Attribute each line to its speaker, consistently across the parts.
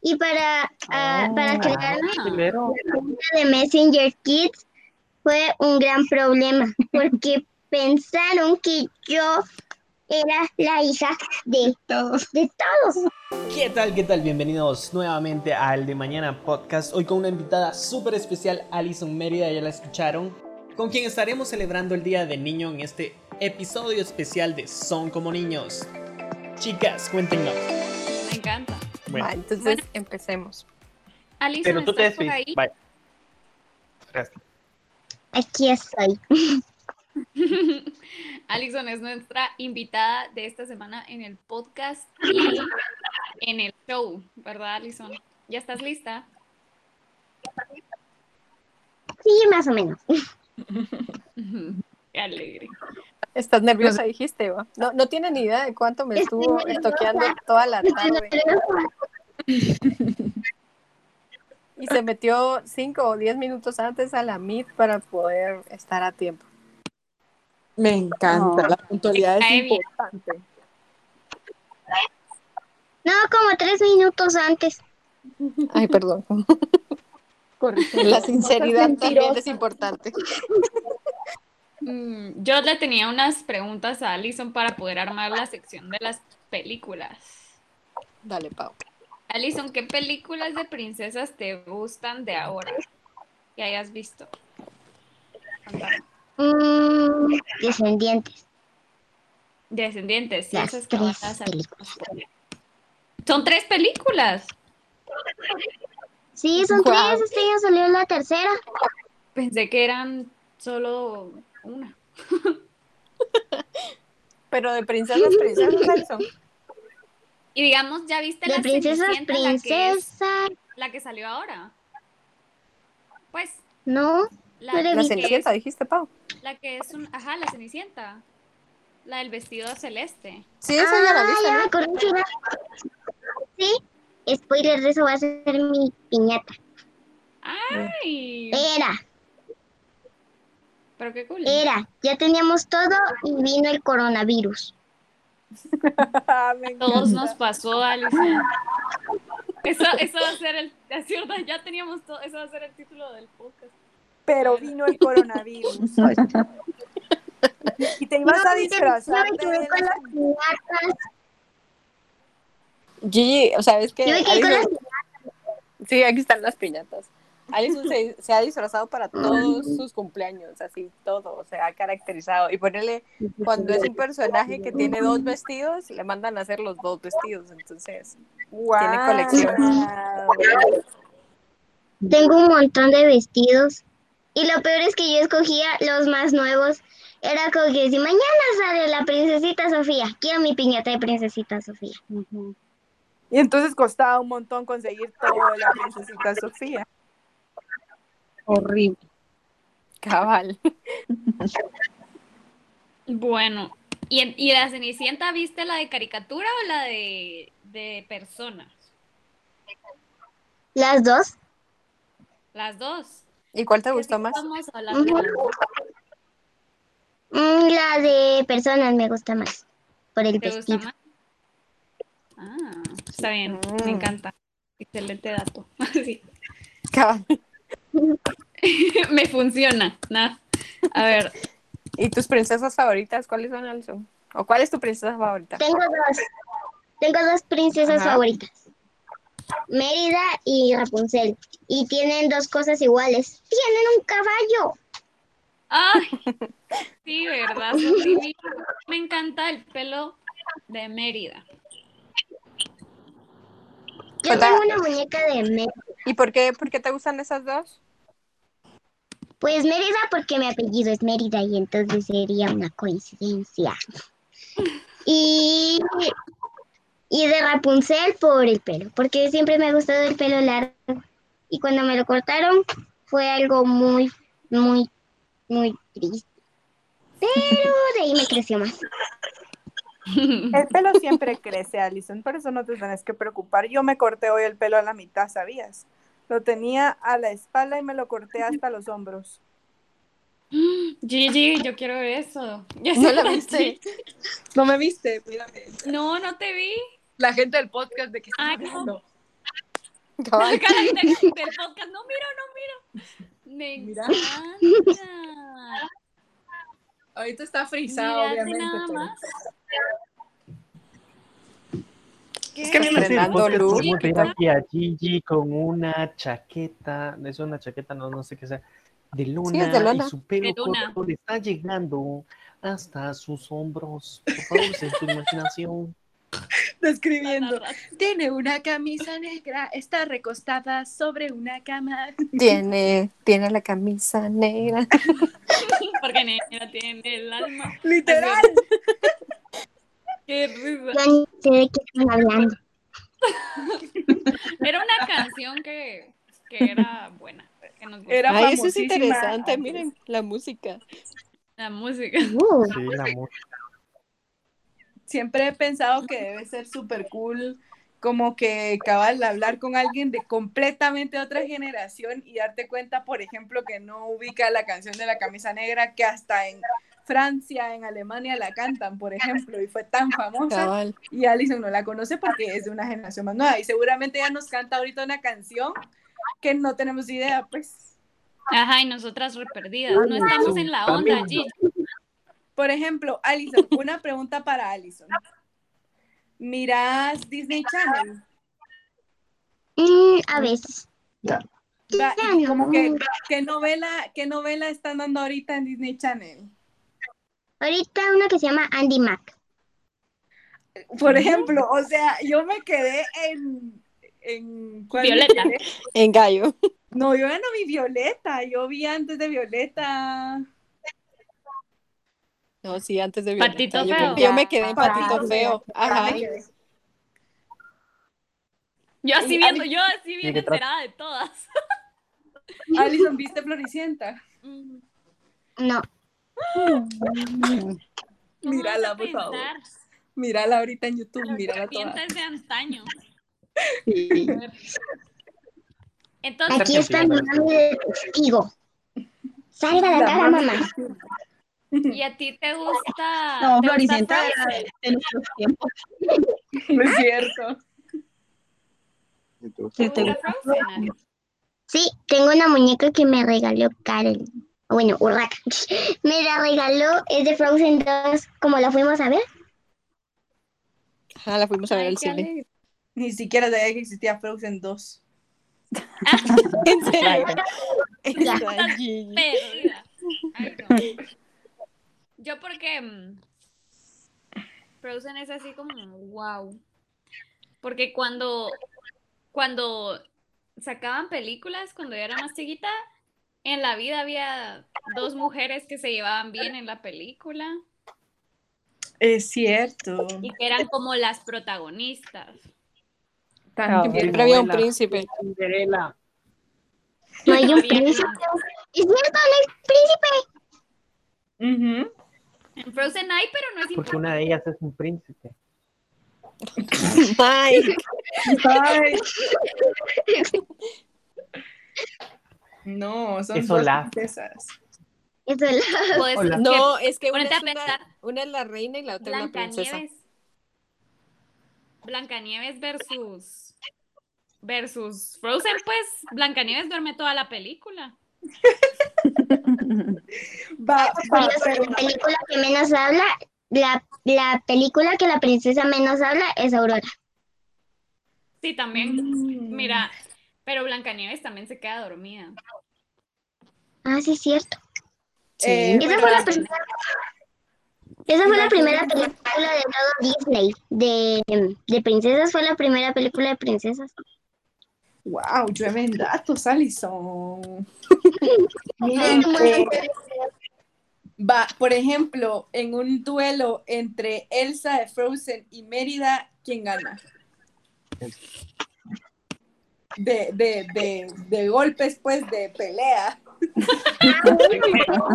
Speaker 1: Y para, ah,
Speaker 2: Oh,
Speaker 1: para
Speaker 2: ah,
Speaker 1: crear la
Speaker 2: chulero.
Speaker 1: cuenta de Messenger Kids fue un gran problema porque pensaron que yo era la hija de todos. De todos.
Speaker 3: ¿Qué tal? ¿Qué tal? Bienvenidos nuevamente al de Mañana Podcast. Hoy con una invitada súper especial, Alison Mérida, ya la escucharon, con quien estaremos celebrando el Día del Niño en este episodio especial de Son como Niños. Chicas, cuéntenos.
Speaker 4: Me encanta.
Speaker 2: Bueno,
Speaker 5: Va, Ah, entonces
Speaker 4: Bueno.
Speaker 5: empecemos.
Speaker 4: Alison,
Speaker 2: pero tú te
Speaker 4: ¿estás por ahí?
Speaker 2: despides. Bye. Gracias.
Speaker 1: Aquí estoy.
Speaker 4: Alison es nuestra invitada de esta semana en el podcast y en el show, ¿verdad, Alison? ¿Ya estás lista?
Speaker 1: Sí, más o menos.
Speaker 4: Qué alegre.
Speaker 5: Estás nerviosa, dijiste, va. No, no tiene ni idea de cuánto me
Speaker 1: Estoy
Speaker 5: estuvo
Speaker 1: nerviosa.
Speaker 5: estoqueando toda la tarde.
Speaker 1: Pero-
Speaker 5: Y se metió cinco o diez minutos antes a la MIT para poder estar a tiempo.
Speaker 6: Me encanta,
Speaker 5: No.
Speaker 6: la puntualidad es
Speaker 4: Cae bien.
Speaker 6: importante.
Speaker 1: No, como tres minutos antes.
Speaker 5: Ay, perdón. La sinceridad también es importante.
Speaker 4: Mm, Yo le tenía unas preguntas a Alison para poder armar la sección de las películas.
Speaker 5: Dale, Pau.
Speaker 4: Alison, ¿qué películas de princesas te gustan de ahora que hayas visto? Contame.
Speaker 1: Mm, descendientes.
Speaker 4: Descendientes, sí,
Speaker 1: Las
Speaker 4: esas que van a
Speaker 1: tres
Speaker 4: salir.
Speaker 1: películas.
Speaker 4: Son tres películas.
Speaker 1: Sí, son
Speaker 5: Guau.
Speaker 1: tres. Este ya salió la tercera.
Speaker 4: Pensé que eran solo una.
Speaker 5: Pero de princesas, princesas, Alison.
Speaker 4: Y digamos, ¿ya viste
Speaker 1: De
Speaker 4: la
Speaker 1: princesas,
Speaker 4: Cenicienta, la que, es-
Speaker 1: princesa.
Speaker 4: la que salió ahora? Pues,
Speaker 1: No,
Speaker 4: la,
Speaker 1: Pero
Speaker 5: La
Speaker 1: vi
Speaker 4: que es,
Speaker 5: cenicienta, dijiste, Pau.
Speaker 4: la que es un... Ajá, la Cenicienta. La del vestido celeste.
Speaker 5: Sí, esa ya la
Speaker 1: Ah,
Speaker 5: viste,
Speaker 1: ya me
Speaker 5: ¿no?
Speaker 1: acordé que era- Sí, spoiler de eso va a ser mi piñata. Mm.
Speaker 4: ¡Ay!
Speaker 1: Era,
Speaker 4: Pero qué cool.
Speaker 1: era. Ya teníamos todo y vino el coronavirus.
Speaker 5: Ah, me encanta.
Speaker 4: Todos nos pasó, Alison. Eso, eso va a ser el... es cierto, Ya teníamos todo... Eso va a ser el título del podcast.
Speaker 7: pero vino el coronavirus. y te ibas a
Speaker 1: Yo
Speaker 7: disfrazar.
Speaker 1: me
Speaker 7: de
Speaker 1: quedé con las piñatas.
Speaker 5: Gigi, o sea, es que
Speaker 1: Yo me quedé con las
Speaker 5: Alison- Sí, aquí están las piñatas. Alison se, se ha disfrazado para todos sus cumpleaños, así todo, se ha caracterizado. Y ponerle, cuando es un personaje que tiene dos vestidos, le mandan a hacer los dos vestidos. Entonces, Tiene colección.
Speaker 1: Tengo un montón de vestidos. Y lo peor es que yo escogía los más nuevos. Era como que si mañana sale la princesita Sofía, quiero mi piñata de princesita Sofía.
Speaker 7: Y entonces costaba un montón conseguir todo de la princesita Sofía.
Speaker 6: Horrible.
Speaker 5: cabal.
Speaker 4: Bueno, ¿y, en- y la Cenicienta viste la de caricatura o la de, de personas?
Speaker 1: Las dos.
Speaker 4: Las dos.
Speaker 5: ¿Y cuál te
Speaker 4: ¿Qué
Speaker 5: gustó
Speaker 4: sí
Speaker 5: más?
Speaker 4: Vamos a hablar de las dos.
Speaker 1: Mm, la de personas me gusta más. Por el
Speaker 4: ¿Te gusta
Speaker 1: vestido.
Speaker 4: más? Ah, está bien,
Speaker 5: Mm.
Speaker 4: me encanta. Excelente dato. Sí,
Speaker 5: Cabal.
Speaker 4: me funciona. Nah. A ver,
Speaker 5: ¿Y tus princesas favoritas? ¿Cuáles son, Alison? ¿O cuál es tu princesa favorita?
Speaker 1: Tengo dos. Tengo dos princesas
Speaker 5: Ajá.
Speaker 1: favoritas. Mérida y Rapunzel. Y tienen dos cosas iguales. Tienen un caballo.
Speaker 4: ay, sí, verdad, Son divinas. me encanta el pelo de Mérida.
Speaker 1: Yo
Speaker 5: Hola.
Speaker 1: tengo una muñeca de Mérida.
Speaker 5: ¿Y por qué, por qué te gustan esas dos?
Speaker 1: Pues Mérida porque mi apellido es Mérida y entonces sería una coincidencia. Y, y de Rapunzel por el pelo, porque siempre me ha gustado el pelo largo. Y cuando me lo cortaron fue algo muy, muy, muy triste. Pero de ahí me creció más.
Speaker 7: El pelo siempre crece, Alison, por eso no te tenés que preocupar. Yo me corté hoy el pelo a la mitad, ¿sabías? Lo tenía a la espalda y me lo corté hasta los hombros.
Speaker 4: Gigi, yo quiero ver eso. Ya
Speaker 5: ¿No
Speaker 4: se
Speaker 5: la
Speaker 4: lo
Speaker 5: viste?
Speaker 6: No me viste, mírame.
Speaker 4: dije. No, no te vi.
Speaker 6: La gente del podcast de que
Speaker 4: Ay,
Speaker 6: está hablando.
Speaker 5: Cabal.
Speaker 4: Cara de- del podcast. No miro, no miro. Me encanta.
Speaker 8: Ahorita está frisado,
Speaker 4: Mírate
Speaker 8: obviamente.
Speaker 4: nada
Speaker 8: pero-
Speaker 4: más.
Speaker 5: Es que me estrenando
Speaker 3: Entonces,
Speaker 5: look.
Speaker 3: podemos ver aquí a Gigi con una chaqueta, no es una chaqueta, no, no sé qué sea, de lona,
Speaker 5: Sí, es de lona.
Speaker 3: y su pelo
Speaker 4: De lona.
Speaker 3: corto le está llegando hasta sus hombros. Por favor, usen su imaginación.
Speaker 8: Describiendo. Tiene una camisa negra, está recostada sobre una cama.
Speaker 5: Tiene, tiene la camisa negra.
Speaker 4: Porque negra tiene el alma.
Speaker 7: Literal.
Speaker 4: Qué risa.
Speaker 1: Yo ni sé de qué están hablando.
Speaker 4: Era una canción que, que era buena. Que nos gustaba.
Speaker 7: Era
Speaker 5: Ay, eso es
Speaker 7: famosísima
Speaker 5: interesante,
Speaker 7: antes.
Speaker 5: miren la música.
Speaker 4: la música.
Speaker 1: Uh,
Speaker 3: Sí, la amor.
Speaker 7: Siempre he pensado que debe ser súper cool como que cabal hablar con alguien de completamente otra generación y darte cuenta, por ejemplo, que no ubica la canción de la camisa negra que hasta en Francia, en Alemania la cantan, por ejemplo, y fue tan famosa
Speaker 5: Cabal.
Speaker 7: y Alison no la conoce porque es de una generación más nueva y seguramente ella nos canta ahorita una canción que no tenemos idea, pues.
Speaker 4: Ajá, y nosotras re perdidas. No estamos en la onda, Gigi.
Speaker 7: Por ejemplo, Alison, una pregunta para Alison. ¿Mirás Disney Channel?
Speaker 1: mm, a veces.
Speaker 7: Va, y
Speaker 1: Ya
Speaker 7: como
Speaker 1: no.
Speaker 7: que, ¿qué, novela, ¿Qué novela están dando ahorita en Disney Channel?
Speaker 1: Ahorita una que se llama Andy Mac.
Speaker 7: Por ejemplo, o sea, yo me quedé en... en ¿cuál me
Speaker 4: Violeta.
Speaker 7: quedé?
Speaker 5: En gallo.
Speaker 7: No, yo ya no vi Violeta, yo vi antes de Violeta.
Speaker 5: No, sí, antes de Violeta.
Speaker 4: Patito
Speaker 5: yo,
Speaker 4: feo.
Speaker 5: me- yo me quedé en Patito
Speaker 7: Patito
Speaker 5: feo. Ajá.
Speaker 7: Me quedé.
Speaker 4: Yo así viendo, yo así
Speaker 3: ¿Y de
Speaker 4: bien
Speaker 3: qué trata?
Speaker 4: enterada de todas.
Speaker 7: Alison, ¿viste Floricienta?
Speaker 4: Mm,
Speaker 1: No,
Speaker 4: ¿Cómo
Speaker 7: Mírala,
Speaker 4: vas a
Speaker 7: por favor.
Speaker 4: pensar?
Speaker 7: Mírala ahorita en YouTube, mírala toda.
Speaker 4: Serpientes de antaño.
Speaker 5: Sí.
Speaker 4: Entonces,
Speaker 1: aquí está mi mami de testigo. Salga de
Speaker 7: La
Speaker 1: acá,
Speaker 7: mami.
Speaker 1: mamá.
Speaker 4: ¿y a ti te gusta?
Speaker 9: No,
Speaker 4: te gusta
Speaker 9: Floricienta
Speaker 4: Friends?
Speaker 9: era de, de nuestros tiempos.
Speaker 7: No es cierto.
Speaker 4: ¿Te
Speaker 9: Sí, te
Speaker 4: gusta Frozen, Ari?
Speaker 1: Sí, tengo una muñeca que me regaló Karen. Bueno, Urraca. Me la regaló, es de Frozen 2, como la fuimos a ver.
Speaker 5: Ajá, la fuimos a ver
Speaker 4: Ay,
Speaker 5: al
Speaker 4: qué
Speaker 5: cine.
Speaker 4: alegre.
Speaker 7: Ni siquiera sabía que existía Frozen 2.
Speaker 5: En serio.
Speaker 7: este
Speaker 1: Ya.
Speaker 5: Está Gigi.
Speaker 4: Perdida. Ay, no. Yo porque mm, Frozen es así como wow. Porque cuando cuando sacaban películas cuando yo era más chiquita, en la vida había dos mujeres que se llevaban bien en la película
Speaker 7: Es cierto.
Speaker 4: y que eran como las protagonistas.
Speaker 7: Ah,
Speaker 5: Siempre había un príncipe.
Speaker 3: Cinderela.
Speaker 1: No hay un
Speaker 4: Había-
Speaker 1: príncipe. Es cierto, no hay príncipe.
Speaker 7: Ujú.
Speaker 4: En Frozen hay, pero no es
Speaker 3: Porque
Speaker 4: importante.
Speaker 3: una de ellas es un príncipe.
Speaker 5: Ay,
Speaker 7: Ay. No, son
Speaker 3: Es
Speaker 7: dos
Speaker 3: Olaf.
Speaker 7: princesas.
Speaker 1: Eso es la-
Speaker 3: Hola.
Speaker 4: Puedes- es Pues, que
Speaker 5: no, es que una
Speaker 4: Ponete
Speaker 5: es,
Speaker 4: a
Speaker 5: una,
Speaker 4: pensar.
Speaker 5: una es la reina y la otra es la princesa.
Speaker 4: Blancanieves. Blancanieves versus versus Frozen, pues Blancanieves duerme toda la película.
Speaker 7: Va, va,
Speaker 1: curioso,
Speaker 7: pero-
Speaker 1: la película que menos habla, la, la película que la princesa menos habla es Aurora.
Speaker 4: Sí, también.
Speaker 5: Mm.
Speaker 4: Mira, pero Blancanieves también se queda dormida.
Speaker 1: Ah, sí, es cierto.
Speaker 7: Eh,
Speaker 5: Sí.
Speaker 1: Esa
Speaker 7: bueno,
Speaker 1: fue la primera. Esa fue la primera película de todo Disney. De, de princesas fue la primera película de princesas.
Speaker 7: Wow, llueven datos, Alison. Miren, eh,
Speaker 1: Yo
Speaker 7: va, por ejemplo, en un duelo entre Elsa de Frozen y Mérida, ¿quién gana? De, de, de, de golpes, pues, de pelea.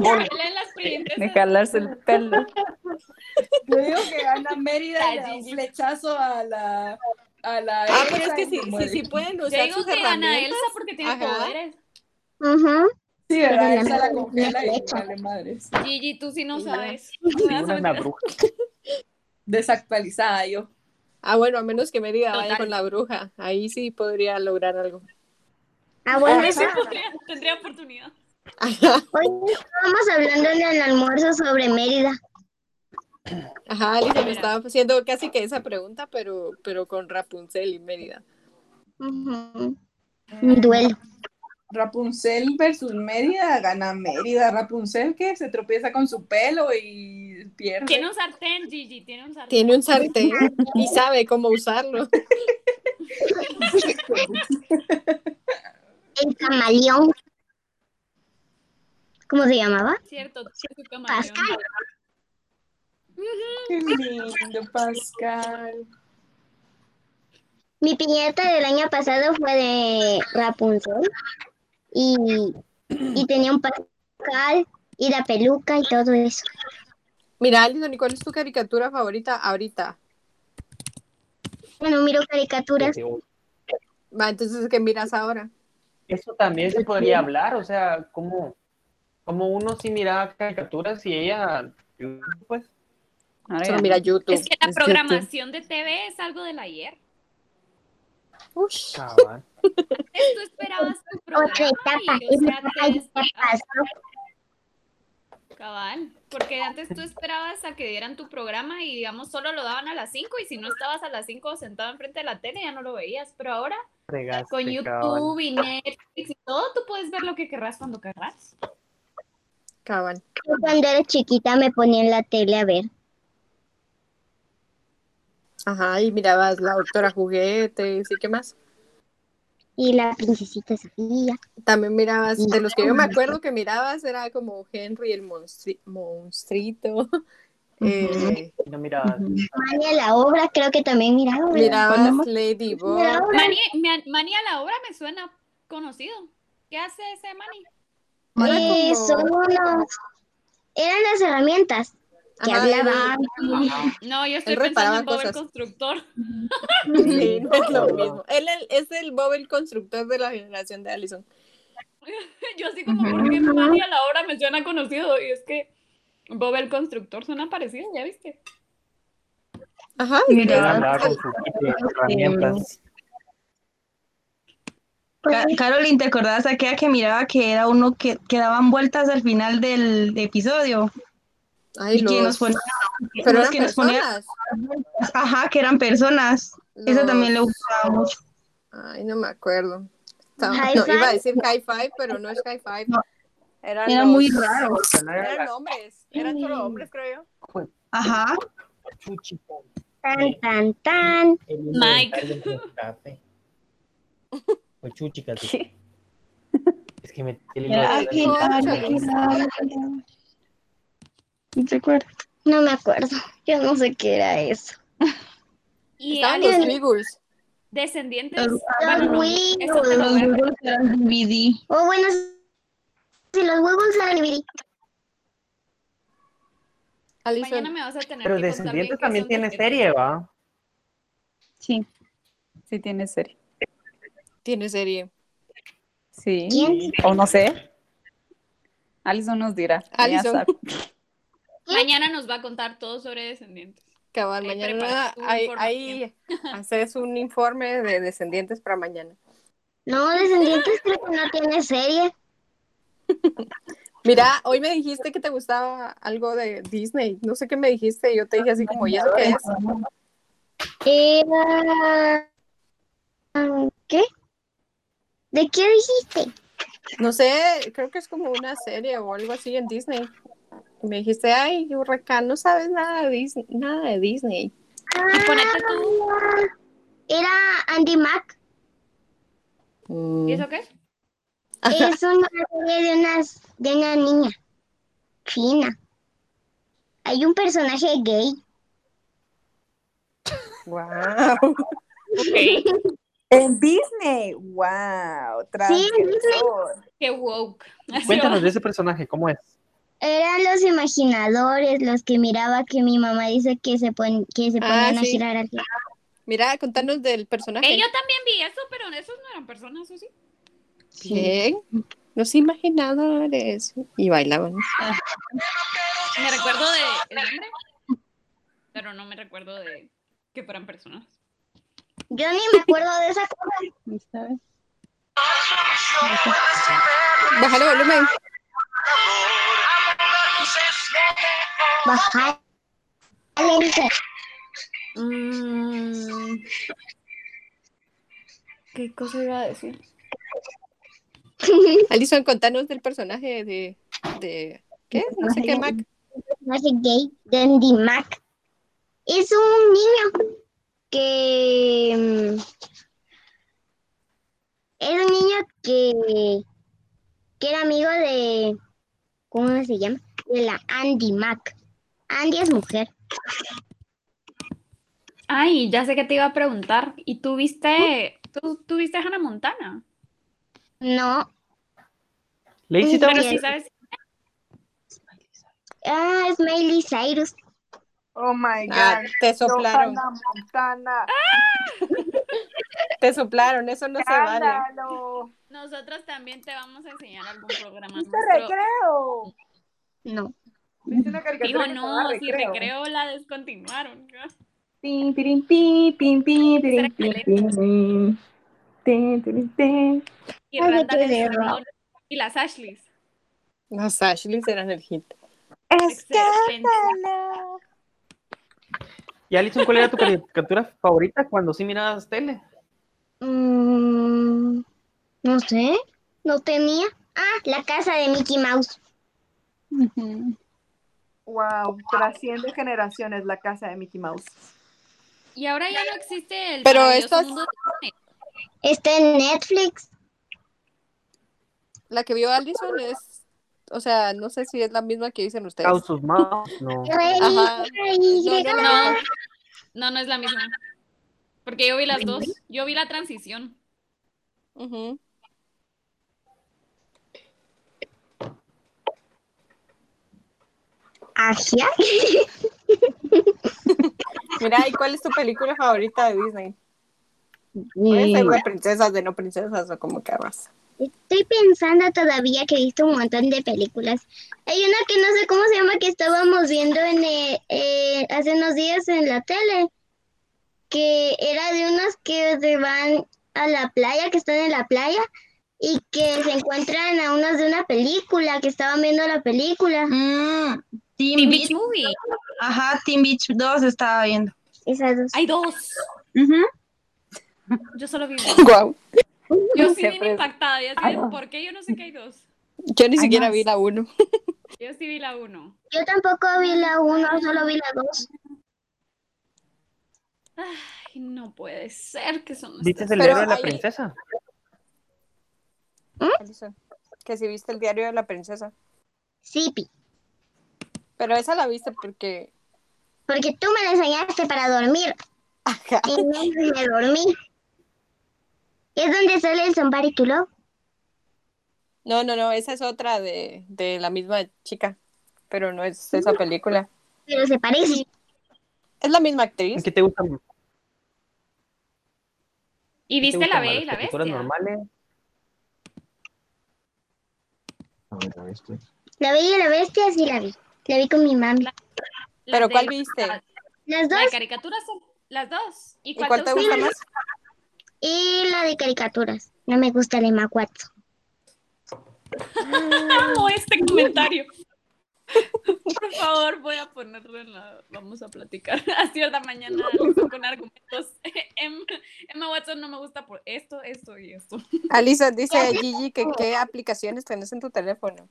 Speaker 4: Salen las princesas.
Speaker 5: calarse el pelo.
Speaker 7: Yo digo que gana Mérida y le da
Speaker 4: La
Speaker 7: un
Speaker 4: Gigi.
Speaker 7: flechazo a la. A la
Speaker 5: Ah,
Speaker 7: Elsa
Speaker 4: pues
Speaker 5: pero es
Speaker 7: y
Speaker 5: que
Speaker 7: se
Speaker 5: sí, sí,
Speaker 7: muere.
Speaker 5: sí pueden
Speaker 4: Yo
Speaker 5: usar
Speaker 4: digo
Speaker 5: sus
Speaker 4: que gana
Speaker 5: herramientas.
Speaker 4: Elsa porque tiene
Speaker 5: Ajá.
Speaker 4: poderes.
Speaker 7: Sí, ¿verdad?
Speaker 1: Pero
Speaker 7: Elsa la
Speaker 1: la-
Speaker 7: congela
Speaker 1: la
Speaker 7: y
Speaker 1: flecha.
Speaker 7: vale madres.
Speaker 4: Gigi, tú sí no sabes.
Speaker 3: Sí, una es la bruja.
Speaker 7: Desactualizada yo.
Speaker 5: Ah, bueno, a menos que Mérida vaya
Speaker 4: Total.
Speaker 5: con la bruja. Ahí sí podría lograr algo.
Speaker 1: Ah, bueno,
Speaker 4: Ahí
Speaker 1: eso-
Speaker 4: sí podría- tendría oportunidad.
Speaker 5: Ajá,
Speaker 1: hoy estábamos hablando en el almuerzo sobre Mérida.
Speaker 5: ajá Alison estaba haciendo casi que esa pregunta, pero, pero con Rapunzel y Mérida.
Speaker 1: Ujú. Un duelo.
Speaker 7: Rapunzel versus Mérida, gana Mérida. Rapunzel que se tropieza con su pelo y pierde.
Speaker 4: Tiene un sartén, Gigi, tiene un sartén.
Speaker 5: Tiene un sartén y sabe cómo usarlo.
Speaker 1: El camaleón. ¿Cómo se llamaba?
Speaker 4: Cierto,
Speaker 5: Pues
Speaker 4: tiene su camaleón.
Speaker 1: Pascal.
Speaker 7: Qué lindo, Pascal.
Speaker 1: Mi piñata del año pasado fue de Rapunzel y, y tenía un Pascal y la peluca y todo eso.
Speaker 5: Mira, Alison, ¿y cuál es tu caricatura favorita ahorita?
Speaker 1: Bueno, miro caricaturas.
Speaker 5: Va, entonces, ¿qué miras ahora?
Speaker 2: Eso también se podría hablar, o sea, como, como uno sí miraba caricaturas y ella, pues,
Speaker 5: Solo mira YouTube.
Speaker 4: Es que la
Speaker 6: Es cierto.
Speaker 4: programación de TV es algo del ayer.
Speaker 5: Ush.
Speaker 2: cabal.
Speaker 4: Tú esperabas tu
Speaker 1: Otra
Speaker 4: programa
Speaker 1: etapa.
Speaker 4: y, o
Speaker 1: Es
Speaker 4: sea,
Speaker 1: la
Speaker 4: te-
Speaker 1: etapa pasó.
Speaker 4: Cabal, porque antes tú esperabas a que dieran tu programa y digamos solo lo daban a las 5 y si no estabas a las 5 sentado enfrente de la tele ya no lo veías, pero ahora
Speaker 2: Fregaste,
Speaker 4: con
Speaker 2: cabal.
Speaker 4: YouTube y Netflix y todo tú puedes ver lo que querrás cuando querrás.
Speaker 5: Cabal.
Speaker 1: Yo Cuando era chiquita me ponía en la tele a ver.
Speaker 5: Ajá, y mirabas la doctora juguetes y qué más.
Speaker 1: Y la princesita Sofía.
Speaker 5: También mirabas, de los que yo me acuerdo que mirabas era como Henry el monstri- monstruito. Eh,
Speaker 2: No mirabas.
Speaker 1: Mania la obra, creo que también miraba. ¿verdad?
Speaker 5: mirabas
Speaker 1: Cuando-
Speaker 5: Ladybug.
Speaker 1: Miraba.
Speaker 4: Mani, me- Mani a la obra me suena conocido. ¿Qué hace ese Mani?
Speaker 5: Era
Speaker 1: Eh,
Speaker 5: como-
Speaker 1: son unos- Eran las herramientas que
Speaker 5: Ajá,
Speaker 1: hablaban.
Speaker 3: Ah,
Speaker 4: No, yo estoy
Speaker 5: Él
Speaker 4: pensando
Speaker 5: reparaba
Speaker 4: en Bob el
Speaker 5: cosas.
Speaker 4: Constructor.
Speaker 5: Sí, no es lo mismo. Él el- es el Bob el constructor de la generación de Allison.
Speaker 4: Yo así como, ¿por qué Mani a la obra me suena conocido? Y es que Bob el Constructor suena parecido, ¿ya viste?
Speaker 5: Ajá.
Speaker 2: Ella
Speaker 6: Mira,
Speaker 2: andaba con su kit de herramientas.
Speaker 1: Pues,
Speaker 6: Ca- Caroline, ¿te acordás aquella que miraba que era uno que, que daban vueltas al final del episodio?
Speaker 5: Ay,
Speaker 6: y que
Speaker 5: los-
Speaker 6: nos ponía,
Speaker 5: Pero
Speaker 6: los
Speaker 5: eran
Speaker 6: que nos ponía-
Speaker 5: personas.
Speaker 6: ajá, que eran personas. Esa
Speaker 5: Los-
Speaker 6: también le gustaba mucho.
Speaker 5: Ay, no me acuerdo. Estaba-
Speaker 1: High
Speaker 5: no,
Speaker 1: five.
Speaker 5: iba a decir high five, pero no es high five.
Speaker 6: No.
Speaker 5: Eran
Speaker 6: Era
Speaker 5: los-
Speaker 6: muy raro.
Speaker 5: Eran hombres. Eran solo hombres, creo yo.
Speaker 6: Ajá.
Speaker 2: Chuchita,
Speaker 1: tan, tan, tan.
Speaker 2: el
Speaker 4: Mike.
Speaker 2: inventario de Getafe. Fue chuchica, sí. Es que me el hilo
Speaker 6: Era
Speaker 2: de-
Speaker 6: aquí, aquí, aquí. ¿No te acuerdas?
Speaker 1: No me acuerdo. Yo no sé qué era eso.
Speaker 4: Y
Speaker 5: Estaban
Speaker 4: Alien-
Speaker 5: los Wiggles.
Speaker 4: descendientes.
Speaker 6: Los-
Speaker 4: Bueno, no,
Speaker 1: Los
Speaker 4: eso te lo
Speaker 6: Los
Speaker 4: guardo.
Speaker 6: Wiggles eran DVD.
Speaker 1: O Oh, bueno, si los huevos eran DVD.
Speaker 5: Allison.
Speaker 4: Mañana me vas a tener
Speaker 2: Pero
Speaker 4: que contar bien
Speaker 2: Descendientes
Speaker 4: qué
Speaker 2: también
Speaker 4: son
Speaker 2: tiene
Speaker 4: descendientes.
Speaker 2: serie, ¿va?
Speaker 6: Sí.
Speaker 7: Sí, tiene serie.
Speaker 5: Tiene serie.
Speaker 7: Sí.
Speaker 1: ¿Quién?
Speaker 7: O no sé. Alison nos dirá. Ella
Speaker 5: Alison.
Speaker 7: sabe.
Speaker 4: Mañana nos va a contar todo sobre descendientes.
Speaker 5: Cabal,
Speaker 4: Ahí
Speaker 5: mañana
Speaker 4: preparas tu
Speaker 5: ahí,
Speaker 4: información.
Speaker 5: ahí haces un informe de descendientes para mañana.
Speaker 1: No, Descendientes creo que no tiene serie.
Speaker 5: Mira, hoy me dijiste que te gustaba algo de Disney. No sé qué me dijiste. y Yo te dije así como, ¿y eso qué es?
Speaker 1: Era... Eh, ah, ¿Qué? ¿De qué dijiste?
Speaker 5: No sé, creo que es como una serie o algo así en Disney. Y me dijiste, ay, huracán, no sabes nada de Disney. Nada de Disney.
Speaker 4: Y ponete tú.
Speaker 1: Ah, Era Andy Mac.
Speaker 5: Mm.
Speaker 4: ¿Y eso qué?
Speaker 1: Es una serie de, unas, de una niña china. Hay un personaje gay.
Speaker 5: Guau.
Speaker 4: Ok.
Speaker 7: En Disney. Wow.
Speaker 1: Sí, en Disney.
Speaker 7: transgresor.
Speaker 4: Qué woke. Así
Speaker 2: Cuéntanos
Speaker 4: va.
Speaker 2: de ese personaje, ¿cómo es?
Speaker 1: Eran los imaginadores los que miraba que mi mamá dice que se, pon- que se
Speaker 5: Ah,
Speaker 1: ponían a
Speaker 5: sí.
Speaker 1: girar al final.
Speaker 5: Mira, contanos del personaje.
Speaker 4: Eh, yo también vi eso, pero esos no eran personas, ¿o sí?
Speaker 5: Bien. Los imaginadores. Y bailaban.
Speaker 4: Me recuerdo de el nombre, pero no me recuerdo de que fueran personas.
Speaker 1: Yo ni me acuerdo de esa cosa.
Speaker 5: Bájale volumen.
Speaker 1: Bajar. Alerta.
Speaker 4: Mm. ¿Qué cosa iba a decir?
Speaker 5: Alison, contanos del personaje de. de ¿Qué? No sé qué, Mac.
Speaker 1: personaje gay, Dandy Mac. Es un niño que mm, es un niño que, que era amigo de ¿cómo se llama? De la Andy Mac. Andy es mujer.
Speaker 4: Ay, ya sé que te iba a preguntar. ¿Y tú viste, tú, tú viste a Hannah Montana?
Speaker 1: No.
Speaker 2: Lacey,
Speaker 1: Pero
Speaker 4: Pero
Speaker 1: sí.
Speaker 4: sí sabes,
Speaker 1: Ah, es Miley Cyrus.
Speaker 7: Oh my God.
Speaker 5: Ah, te
Speaker 7: Yo,
Speaker 5: soplaron.
Speaker 7: Hannah Montana.
Speaker 5: Te soplaron, eso no se vale.
Speaker 7: ¡Escándalo!
Speaker 4: nosotros también te vamos a enseñar algún programa
Speaker 7: ¿Viste
Speaker 4: nuestro.
Speaker 7: recreo?
Speaker 1: No.
Speaker 7: ¿Viste una caricatura?
Speaker 4: Dijo,
Speaker 7: que se
Speaker 4: no,
Speaker 7: llama
Speaker 4: si recreo la descontinuaron.
Speaker 6: Tin, pirin, tin, tin, tin,
Speaker 4: Será
Speaker 6: pirin, tin, tin. Tin, pirin, tin.
Speaker 4: Y
Speaker 1: Ay,
Speaker 4: Randall
Speaker 1: qué
Speaker 4: es
Speaker 1: guerra.
Speaker 4: Randall y las Ashleys.
Speaker 5: Los Ashley eran el hit.
Speaker 4: Excelente.
Speaker 2: Y Alison, ¿cuál era tu caricatura favorita cuando sí mirabas tele?
Speaker 1: Mm, no sé. No tenía. Ah, la casa de Mickey Mouse.
Speaker 7: Wow, trasciende generaciones la casa de Mickey Mouse.
Speaker 4: Y ahora ya no existe el
Speaker 5: Pero
Speaker 4: maravilloso
Speaker 5: estas-
Speaker 4: mundo de Disney.
Speaker 1: Está en Netflix.
Speaker 5: La que vio Alison es, o sea, no sé si es la misma que dicen ustedes.
Speaker 2: House of Mouse, no.
Speaker 1: Rey,
Speaker 5: Ajá.
Speaker 1: rey, rey.
Speaker 5: No, no,
Speaker 4: No, no, no es la misma. Porque yo vi las dos. Yo vi la transición.
Speaker 5: Ujú.
Speaker 1: Ajá.
Speaker 5: Mira, ¿y cuál es tu película favorita de Disney? Puede ser
Speaker 1: Mm,
Speaker 5: de princesas, de no princesas o como querrás.
Speaker 1: Estoy pensando todavía que he visto un montón de películas. Hay una que no sé cómo se llama que estábamos viendo en eh, eh, hace unos días en la tele, que era de unos que se van a la playa, que están en la playa y que se encuentran a unos de una película, que estaban viendo la película.
Speaker 6: Mm, Teen
Speaker 4: Teen
Speaker 6: Beach.
Speaker 4: Beach Movie.
Speaker 6: Ajá, Teen Beach 2 estaba viendo.
Speaker 1: Esas dos.
Speaker 4: Hay dos.
Speaker 6: Ujú.
Speaker 4: Yo solo vi una.
Speaker 5: Guau,
Speaker 4: Yo sí
Speaker 5: Se Ah,
Speaker 4: vine
Speaker 5: pre-
Speaker 4: impactada. Y así, de, ¿por qué yo no sé que hay dos?
Speaker 5: yo ni siquiera vi la uno.
Speaker 4: Yo sí vi la uno.
Speaker 1: Yo tampoco vi la uno, solo vi la dos.
Speaker 4: Ay, no puede ser que son
Speaker 2: ¿Viste
Speaker 4: estas-
Speaker 2: el
Speaker 5: Pero
Speaker 2: héroe de la
Speaker 5: ahí-
Speaker 2: princesa?
Speaker 5: Alison, que si viste el diario de la princesa.
Speaker 1: Sí, Pi,
Speaker 5: Pero esa la viste porque,
Speaker 1: porque tú me la enseñaste para dormir.
Speaker 5: ajá,
Speaker 1: Y no me dormí. Es donde sale el Somebody to Love.
Speaker 5: no, no, no, esa es otra de, de la misma chica, pero no es esa película.
Speaker 1: Pero se parece.
Speaker 5: Es la misma actriz.
Speaker 2: ¿Qué te gusta? ¿Qué
Speaker 4: Y
Speaker 2: te
Speaker 4: viste
Speaker 2: gusta
Speaker 4: la
Speaker 2: más,
Speaker 4: bella y
Speaker 2: las
Speaker 4: la
Speaker 2: caricaturas
Speaker 4: bestia.
Speaker 2: normales?
Speaker 1: La Bella y la Bestia sí la vi. La vi con mi mami.
Speaker 4: La
Speaker 5: Pero
Speaker 4: de-
Speaker 5: ¿cuál viste?
Speaker 4: La,
Speaker 1: Las dos
Speaker 4: de caricaturas son las dos. ¿Y
Speaker 5: ¿Y
Speaker 4: cuál,
Speaker 5: cuál te gusta más?
Speaker 1: y la de caricaturas. No me gusta la de Macuatzo.
Speaker 4: Amo este comentario. Por favor, voy a ponerlo en la. Vamos a platicar. A cierta mañana con argumentos. Em- Emma Watson no me gusta por esto, esto y esto.
Speaker 5: Alison dice Gigi que qué aplicaciones tenés en tu teléfono.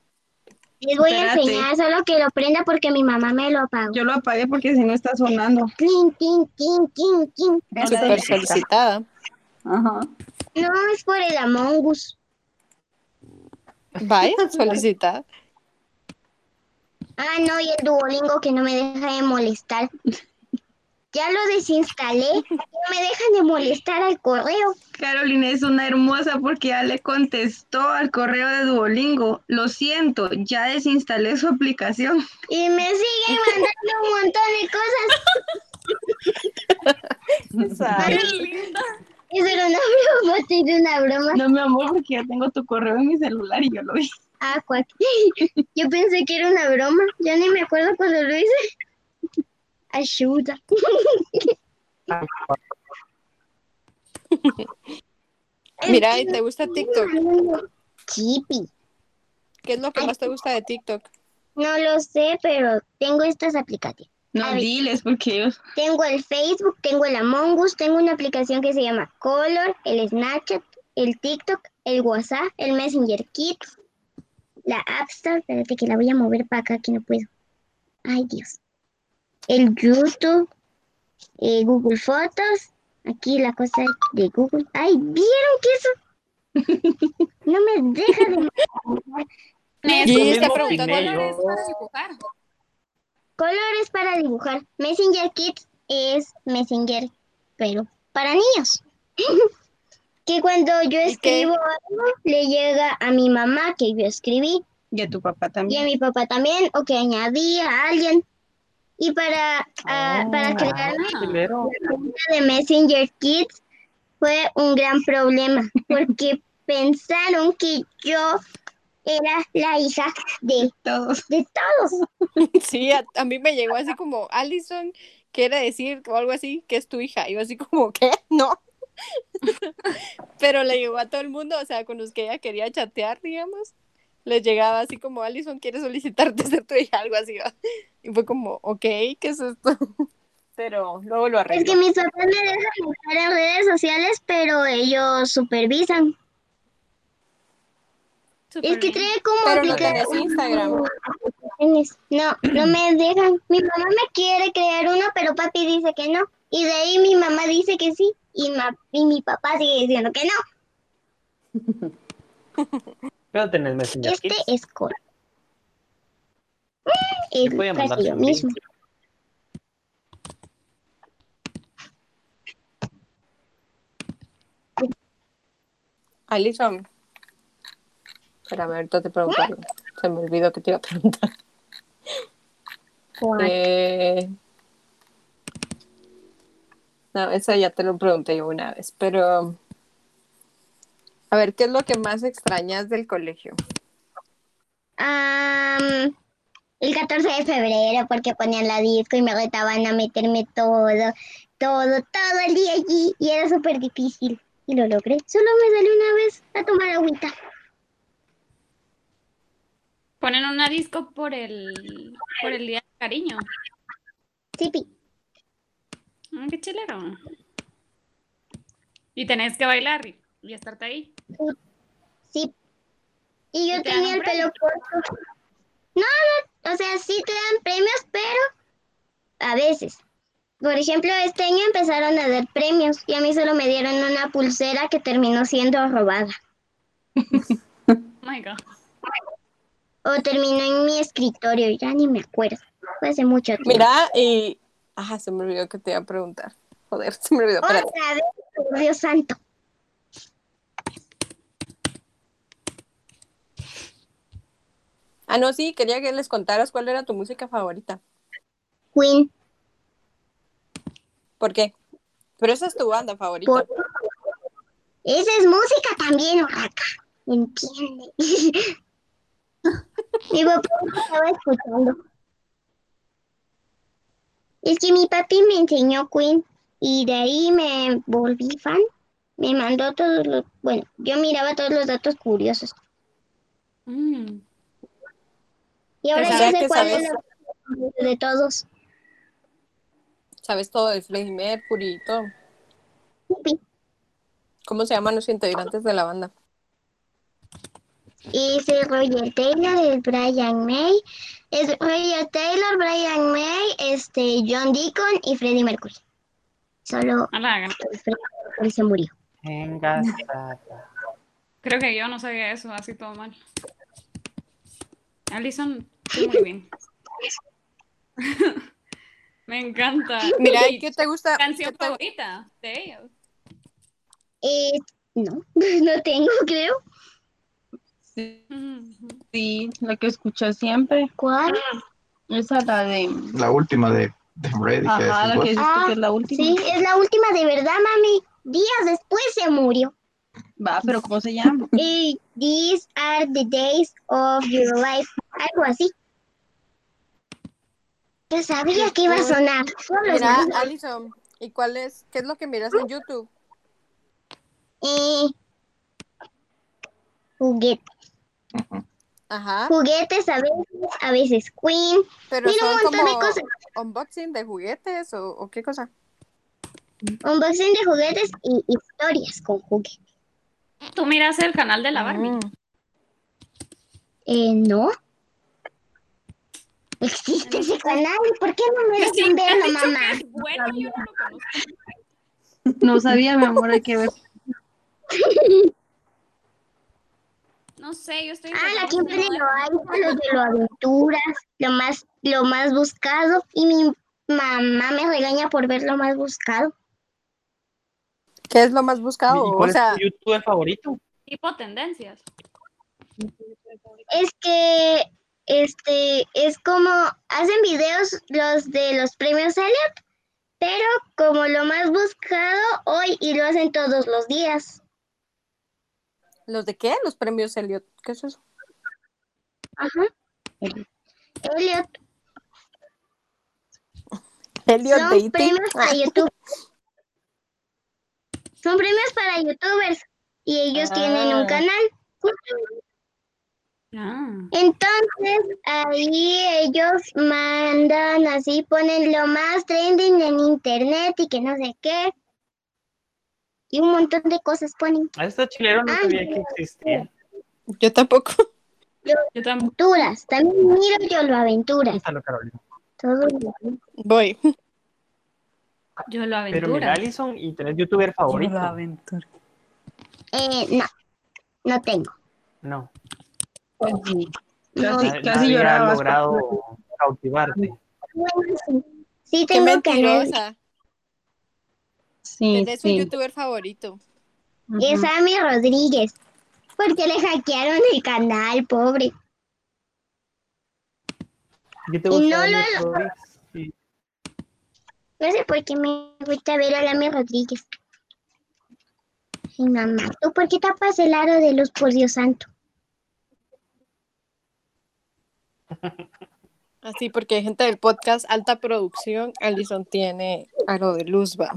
Speaker 1: Les voy a
Speaker 6: Espérate.
Speaker 1: enseñar, solo que lo prenda porque mi mamá me lo apagó.
Speaker 6: Yo lo apagué porque si no está sonando.
Speaker 1: Clink, clink, clink, clink, clink.
Speaker 5: Súper solicitada.
Speaker 6: Ajá.
Speaker 1: No, es por el Among Us.
Speaker 5: Vaya, solicitada.
Speaker 1: Ah, no, y el Duolingo que no me deja de molestar. Ya lo desinstalé. No me dejan de molestar al correo.
Speaker 6: Carolina es una hermosa porque ya le contestó al correo de Duolingo. Lo siento, ya desinstalé su aplicación.
Speaker 1: Y me siguen mandando un montón de cosas.
Speaker 4: ¡Qué linda!
Speaker 1: Eso era una broma, sí, era una broma.
Speaker 6: No, mi amor, porque ya tengo tu correo en mi celular y yo lo vi.
Speaker 1: Ah, cuac. Yo pensé que era una broma. Ya ni me acuerdo cuando lo hice. Ayuda.
Speaker 5: Mira, ¿y ¿te gusta TikTok?
Speaker 1: Chipi.
Speaker 5: ¿Qué es lo que más te gusta de TikTok?
Speaker 1: No lo sé, pero tengo estas aplicaciones. A
Speaker 6: No,
Speaker 1: ver.
Speaker 6: diles, porque ellos.
Speaker 1: Tengo el Facebook, tengo el Among Us, tengo una aplicación que se llama Color, el Snapchat, el TikTok, el WhatsApp, el Messenger Kids, la App Store, espérate que la voy a mover para acá que no puedo. Ay, Dios. El YouTube, eh, Google Fotos, aquí la cosa de Google. Ay, ¿vieron que eso? no me deja de...
Speaker 4: Eso
Speaker 5: Y está
Speaker 2: mismo
Speaker 5: preguntando.
Speaker 2: opiné yo.
Speaker 4: es para dibujar.
Speaker 1: Color es para dibujar. Messenger Kids es Messenger, pero para niños. que cuando yo
Speaker 5: ¿Y qué?
Speaker 1: escribo algo, le llega a mi mamá que yo escribí
Speaker 6: Y a tu papá
Speaker 1: y a
Speaker 6: también.
Speaker 1: mi papá también, o que añadí a alguien. Y para, ah, para crear
Speaker 2: Ah, chilero.
Speaker 1: de Messenger Kids fue un gran problema porque pensaron que yo era la hija de,
Speaker 6: Todos.
Speaker 1: de todos.
Speaker 5: Sí, a, a mí me llegó así como, Allison quiere decir o algo así, que es tu hija. Y yo así como, ¿qué? No. Pero le llegó a todo el mundo, o sea, con los que ella quería chatear, digamos, les llegaba así como, Allison quiere solicitarte ser tu hija, algo así. ¿va? Y fue como, ok, ¿qué es esto? Pero luego lo
Speaker 1: Es que
Speaker 5: arregló.
Speaker 1: mis papás me dejan usar en redes sociales, pero ellos supervisan. es que trae como
Speaker 5: Pero no
Speaker 1: aplicar
Speaker 5: tenés Instagram.
Speaker 1: aplicaciones. No, no me dejan. Mi mamá me quiere crear uno, pero papi dice que no. Y de ahí mi mamá dice que sí. Y, ma- y mi papá sigue diciendo que no.
Speaker 2: Pero tenés Messenger
Speaker 1: Este
Speaker 2: Kids.
Speaker 1: es Cora. Mm,
Speaker 2: Te voy a
Speaker 1: Es
Speaker 2: mandar
Speaker 1: casi lo
Speaker 2: también.
Speaker 1: mismo.
Speaker 5: Allison. Espérame, ahorita te pregunto. algo. Se me olvidó que te iba a preguntar. Eh, No, esa ya te lo pregunté yo una vez, pero... A ver, ¿qué es lo que más extrañas del colegio?
Speaker 1: Am, el 14 de febrero porque ponían la disco y me retaban a meterme todo, todo, todo el día allí y era súper difícil y lo logré. Solo me salí una vez a tomar agüita.
Speaker 4: Ponen una disco por el, por el día de cariño.
Speaker 1: Sí, pi.
Speaker 4: Ah, qué chilero. Y tenés que bailar y, y estarte ahí.
Speaker 1: sí. Y yo
Speaker 4: ¿Y te dan
Speaker 1: tenía
Speaker 4: un
Speaker 1: el pelo
Speaker 4: premio?
Speaker 1: corto. No, no, o sea, sí te dan premios, pero a veces. Por ejemplo, este año empezaron a dar premios y a mí solo me dieron una pulsera que terminó siendo robada.
Speaker 4: Oh my God.
Speaker 1: O terminó en mi escritorio, ya ni me acuerdo. Fue hace mucho tiempo.
Speaker 5: Mira, y... Ajá, se me olvidó que te iba a preguntar. Joder, se me olvidó. espérate.
Speaker 1: Otra vez, por Dios santo.
Speaker 5: Ah, no, sí, quería que les contaras cuál era tu música favorita.
Speaker 1: Queen,
Speaker 5: ¿Por qué? Pero esa es tu banda favorita.
Speaker 1: por... Esa es música también, Oraca. Entiende. mi papá me estaba escuchando. Es que mi papi me enseñó Queen y de ahí me volví fan. Me mandó todos los... Bueno, yo miraba todos los datos curiosos.
Speaker 4: Mm.
Speaker 1: Y ahora
Speaker 5: O
Speaker 1: ya
Speaker 5: sea,
Speaker 1: sé
Speaker 5: que
Speaker 1: cuál es
Speaker 5: sabes-
Speaker 1: la de todos.
Speaker 5: Sabes todo de Freddie Mercury y todo. ¿Cómo se llaman los integrantes de la banda?
Speaker 1: Es el Roger Taylor, el Brian May. Es Roger Taylor, Brian May, este, John Deacon y Freddie Mercury. Solo
Speaker 4: A la gran-
Speaker 1: el Freddie Mercury se murió.
Speaker 2: Venga, tata.
Speaker 4: Creo que yo no sabía eso, así todo mal. Alison, tú muy bien. Me encanta.
Speaker 5: Mira, ¿y
Speaker 4: ¿Y
Speaker 5: qué
Speaker 4: tu
Speaker 5: te gusta?
Speaker 4: canción
Speaker 5: qué te-
Speaker 4: favorita de ellos?
Speaker 1: Eh, no, no tengo, creo.
Speaker 6: Sí,
Speaker 4: Ujú.
Speaker 6: sí, la que escucho siempre.
Speaker 1: ¿Cuál?
Speaker 6: Esa la de.
Speaker 9: La última de, de Brady. que
Speaker 6: Ajá,
Speaker 9: decís
Speaker 6: la
Speaker 9: vos.
Speaker 6: que dices tú que es la última.
Speaker 1: Sí, es la última de verdad, mami. Días después se murió.
Speaker 6: Va, pero ¿cómo se llama?
Speaker 1: Y these are the days of your life. Algo así. Yo sabía que iba a sonar. Solo
Speaker 5: Mira,
Speaker 1: sabía.
Speaker 5: Alison, ¿y cuál es? ¿Qué es lo que miras en YouTube?
Speaker 1: y juguetes.
Speaker 9: Ujú.
Speaker 5: Ajá.
Speaker 1: Juguetes a veces, a veces Queen.
Speaker 5: Pero
Speaker 1: Mira un
Speaker 5: son
Speaker 1: montón de
Speaker 5: como
Speaker 1: cosas.
Speaker 5: unboxing de juguetes o, o qué cosa.
Speaker 1: Unboxing de juguetes y historias con juguetes.
Speaker 4: Tú miras el canal de la Barbie.
Speaker 5: Mm.
Speaker 1: Eh, no. Existe ese canal. ¿Por qué no me dejan
Speaker 4: Sí, me han
Speaker 1: verlo,
Speaker 4: dicho que
Speaker 1: mamá?
Speaker 4: es bueno, yo no lo conozco.
Speaker 6: No sabía, mi amor, hay que ver.
Speaker 4: No sé, yo estoy.
Speaker 1: Ah, la que pone
Speaker 4: intentando hacer
Speaker 1: lo
Speaker 4: algo.
Speaker 1: hay, lo de lo aventuras, lo más, lo más buscado. Y mi mamá me regaña por ver lo más buscado.
Speaker 5: ¿Qué es lo más
Speaker 2: ¿Y
Speaker 5: buscado?
Speaker 2: cuál
Speaker 5: O sea,
Speaker 2: es tu youtuber favorito?
Speaker 4: Tipo tendencias.
Speaker 1: Es que, este, es como, hacen videos los de los premios Elliot, pero como lo más buscado hoy y lo hacen todos los días.
Speaker 5: ¿los de qué? Los premios Elliot. ¿Qué es eso?
Speaker 1: Ajá. Elliot,
Speaker 5: Elliot de
Speaker 1: son
Speaker 5: IT.
Speaker 1: premios para
Speaker 5: Ah,
Speaker 1: YouTube. Son premios para youtubers y ellos tienen un
Speaker 5: Ah.
Speaker 1: canal.
Speaker 4: Ah.
Speaker 1: Entonces, ahí ellos mandan así, ponen lo más trending en internet y que no sé qué. Y un montón de cosas ponen.
Speaker 2: A esta este chilero no
Speaker 1: Ah,
Speaker 2: sabía que existía.
Speaker 5: yo tampoco.
Speaker 4: Yo también.
Speaker 1: Aventuras. También miro yo lo aventuras.
Speaker 2: Púntalo, Carolina.
Speaker 1: Todo lo-
Speaker 5: Voy.
Speaker 4: Yo lo
Speaker 2: Pero mira,
Speaker 4: aventura.
Speaker 2: Allison y tenés youtuber favorito.
Speaker 7: aventura.
Speaker 1: Eh, no, no tengo.
Speaker 2: No,
Speaker 1: No,
Speaker 6: Sí,
Speaker 2: na-
Speaker 6: casi
Speaker 2: nadie ha
Speaker 6: llorabas.
Speaker 2: logrado cautivarte.
Speaker 1: bueno, sí. Sí
Speaker 5: Qué
Speaker 1: tengo canal.
Speaker 5: mentirosa.
Speaker 6: Sí,
Speaker 5: Tenés un
Speaker 6: sí.
Speaker 5: youtuber favorito.
Speaker 1: Es Sammy Rodríguez. Porque le hackearon el canal, pobre.
Speaker 2: ¿Qué te
Speaker 1: Y
Speaker 2: gusta
Speaker 1: no
Speaker 2: de
Speaker 1: lo-
Speaker 2: los hobbies? Sí.
Speaker 1: No sé por qué me gusta ver a Lami Rodríguez. Ay, mamá, ¿tú por qué tapas el aro de luz, por Dios santo?
Speaker 5: Así, porque hay gente del podcast Alta Producción. Alison tiene aro de luz, va.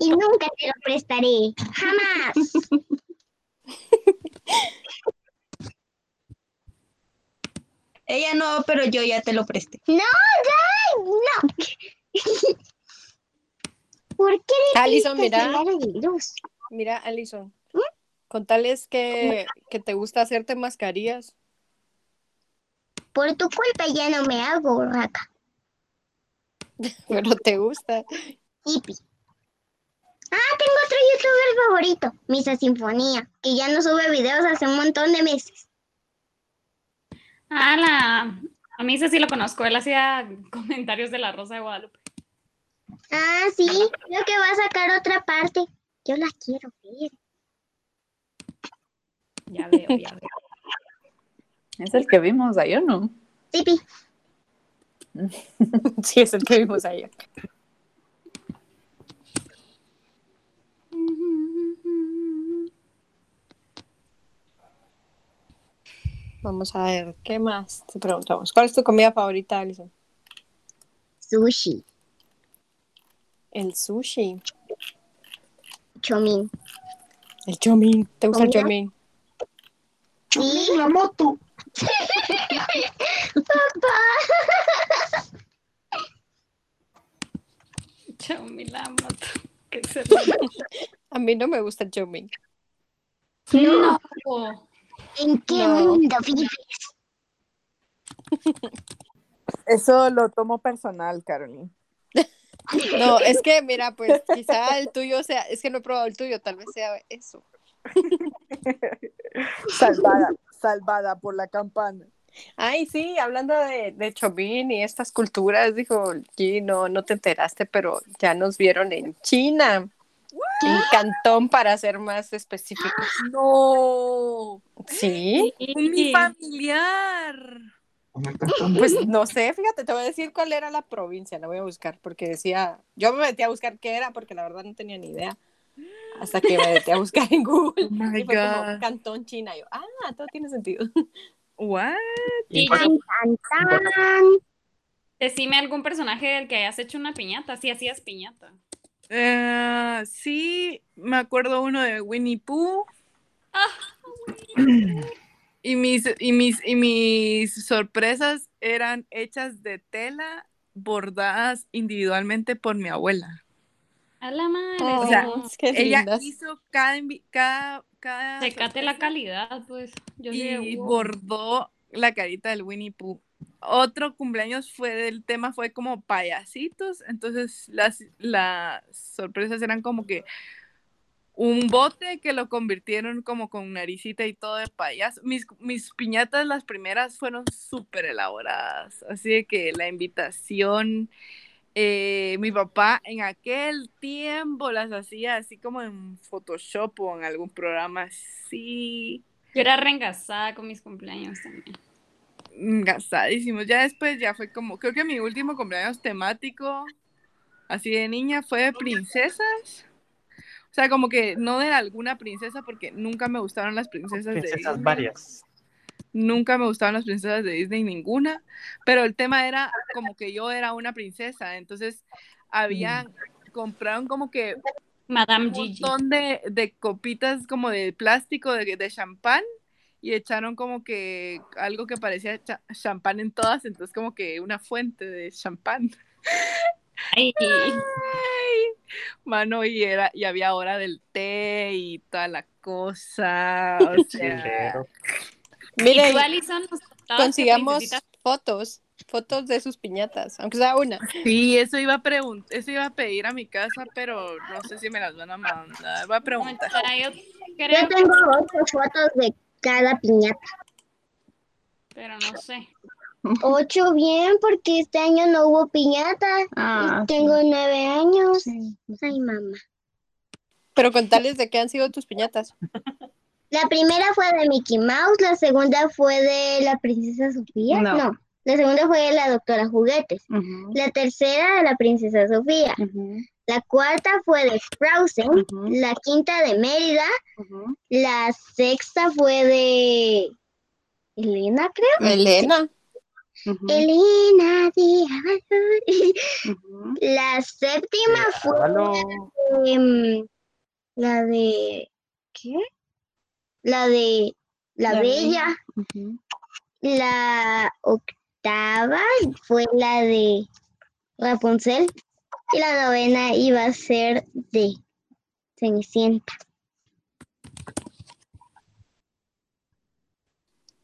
Speaker 1: Y nunca te lo prestaré. Jamás.
Speaker 6: Ella no, pero yo ya te lo presté.
Speaker 1: No, ay, no. ¿Por qué le
Speaker 5: Alison,
Speaker 1: quitas el
Speaker 5: mira,
Speaker 1: aro de luz?
Speaker 5: mira, Alison. Contales que, que te gusta hacerte mascarillas.
Speaker 1: Por tu culpa ya no me hago, raca.
Speaker 5: Pero te gusta.
Speaker 1: Tipi. Ah, tengo otro youtuber favorito, Misa Sinfonía, que ya no sube videos hace un montón de meses.
Speaker 4: Ah, la. A mí ese sí lo conozco. Él hacía comentarios de la Rosa de Guadalupe.
Speaker 1: Ah, sí, creo que va a sacar otra parte. Yo la quiero ver.
Speaker 4: Ya veo, ya veo.
Speaker 7: Es el que vimos ayer, ¿no?
Speaker 1: Tipi.
Speaker 5: Sí, es el que vimos ayer. Vamos a ver, ¿qué más te preguntamos? ¿Cuál es tu comida favorita, Alison?
Speaker 1: Sushi,
Speaker 5: El sushi.
Speaker 1: Chomin.
Speaker 5: El chomin. ¿Te gusta el
Speaker 1: ¿Comida?
Speaker 5: chomin?
Speaker 1: Sí, moto.
Speaker 4: Chumi la moto. Qué excelente.
Speaker 5: A mí no me gusta el chomin.
Speaker 4: No.
Speaker 1: ¿En qué
Speaker 5: No.
Speaker 1: mundo vives?
Speaker 7: Eso lo tomo personal, Carolina.
Speaker 5: No, es que, mira, pues quizá el tuyo sea, es que no he probado el tuyo, tal vez sea eso.
Speaker 7: Salvada, salvada por la campana.
Speaker 5: Ay, sí, hablando de, de Chomín y estas culturas, dijo, sí, no, no te enteraste, pero ya nos vieron en China. En Cantón, para ser más específicos.
Speaker 7: No,
Speaker 5: Sí,
Speaker 7: mi familiar.
Speaker 5: pues no sé, fíjate, te voy a decir cuál era la provincia, la voy a buscar, porque decía, yo me metí a buscar qué era, porque la verdad no tenía ni idea. Hasta que me metí a buscar en Google.
Speaker 7: Oh my
Speaker 5: y fue como
Speaker 7: God.
Speaker 5: Cantón China. Yo, ah, todo tiene sentido.
Speaker 7: What?
Speaker 2: Y
Speaker 4: Bueno.
Speaker 1: Tan, tan, tan.
Speaker 4: Decime algún personaje del que hayas hecho una piñata. Si hacías piñata.
Speaker 7: Eh, sí, me acuerdo uno de Winnie Pooh. Y mis, y, mis, y mis sorpresas eran hechas de tela bordadas individualmente por mi abuela.
Speaker 4: A la madre.
Speaker 7: Oh, O sea,
Speaker 4: no.
Speaker 5: qué
Speaker 7: Ella
Speaker 5: lindas.
Speaker 7: hizo cada, envi- cada, cada
Speaker 4: Checate la
Speaker 7: sorpresa
Speaker 4: calidad, pues. Yo sí de,
Speaker 7: y
Speaker 4: wow.
Speaker 7: bordó la carita del Winnie Pooh. Otro cumpleaños fue del tema, fue como payasitos, entonces las, las sorpresas eran como que un bote que lo convirtieron como con naricita y todo de payaso. Mis, mis piñatas, las primeras, fueron súper elaboradas, así de que la invitación, eh, mi papá en aquel tiempo las hacía así como en Photoshop o en algún programa así.
Speaker 4: Yo era reengasada con mis cumpleaños también.
Speaker 7: mm, gastadísimos. Ya después ya fue como, creo que mi último cumpleaños temático, así de niña, fue de princesas. O sea, como que no de alguna princesa, porque nunca me gustaron las princesas, de
Speaker 2: Princesas
Speaker 7: Disney.
Speaker 2: varias.
Speaker 7: Nunca me gustaron las princesas de Disney, ninguna. Pero el tema era como que yo era una princesa. Entonces, habían, compraron como que
Speaker 4: Madame
Speaker 7: un
Speaker 4: Gigi.
Speaker 7: montón de, de copitas como de plástico, de, de champán, y echaron como que algo que parecía cha- champán en todas, entonces como que una fuente de champán.
Speaker 4: Ay,
Speaker 7: Ay, Mano, y, era, y había hora del té y toda la cosa. O sea,
Speaker 2: Chilero.
Speaker 4: y
Speaker 5: Mire,
Speaker 4: tú, Alison, nos contabas que
Speaker 5: consigamos
Speaker 4: princesitas-
Speaker 5: fotos, fotos de sus piñatas, aunque sea una.
Speaker 7: sí, eso iba, a pregun- eso iba a pedir a mi casa, pero no sé si me las van a mandar. Voy a
Speaker 4: No,
Speaker 7: preguntar.
Speaker 4: ya, yo
Speaker 1: Yo
Speaker 4: creo,
Speaker 1: tengo ocho fotos de cada piñata.
Speaker 4: pero no sé.
Speaker 1: Ocho bien, porque este año no hubo piñata.
Speaker 6: Ah, sí.
Speaker 1: tengo nueve años.
Speaker 6: Sí.
Speaker 1: Ay, mamá.
Speaker 5: Pero contarles de qué han sido tus piñatas.
Speaker 1: La primera fue de Mickey Mouse, la segunda fue de la princesa Sofía.
Speaker 6: No.
Speaker 1: No. La segunda fue de la doctora Juguetes.
Speaker 6: Ujú,
Speaker 1: La tercera de la princesa Sofía.
Speaker 6: ujú,
Speaker 1: La cuarta fue de Frozen.
Speaker 6: ujú,
Speaker 1: La quinta de Mérida.
Speaker 6: ujú.
Speaker 1: La sexta fue de Elena, creo.
Speaker 5: Elena.
Speaker 6: Ujú,
Speaker 1: Elena, dígalo.
Speaker 6: ujú.
Speaker 1: La séptima fue
Speaker 2: Hágalo.
Speaker 1: em, la de. ¿Qué? La de La,
Speaker 6: La
Speaker 1: Bella.
Speaker 6: Bella. Ujú.
Speaker 1: La octava fue la de Rapunzel. Y la novena iba a ser de Cenicienta.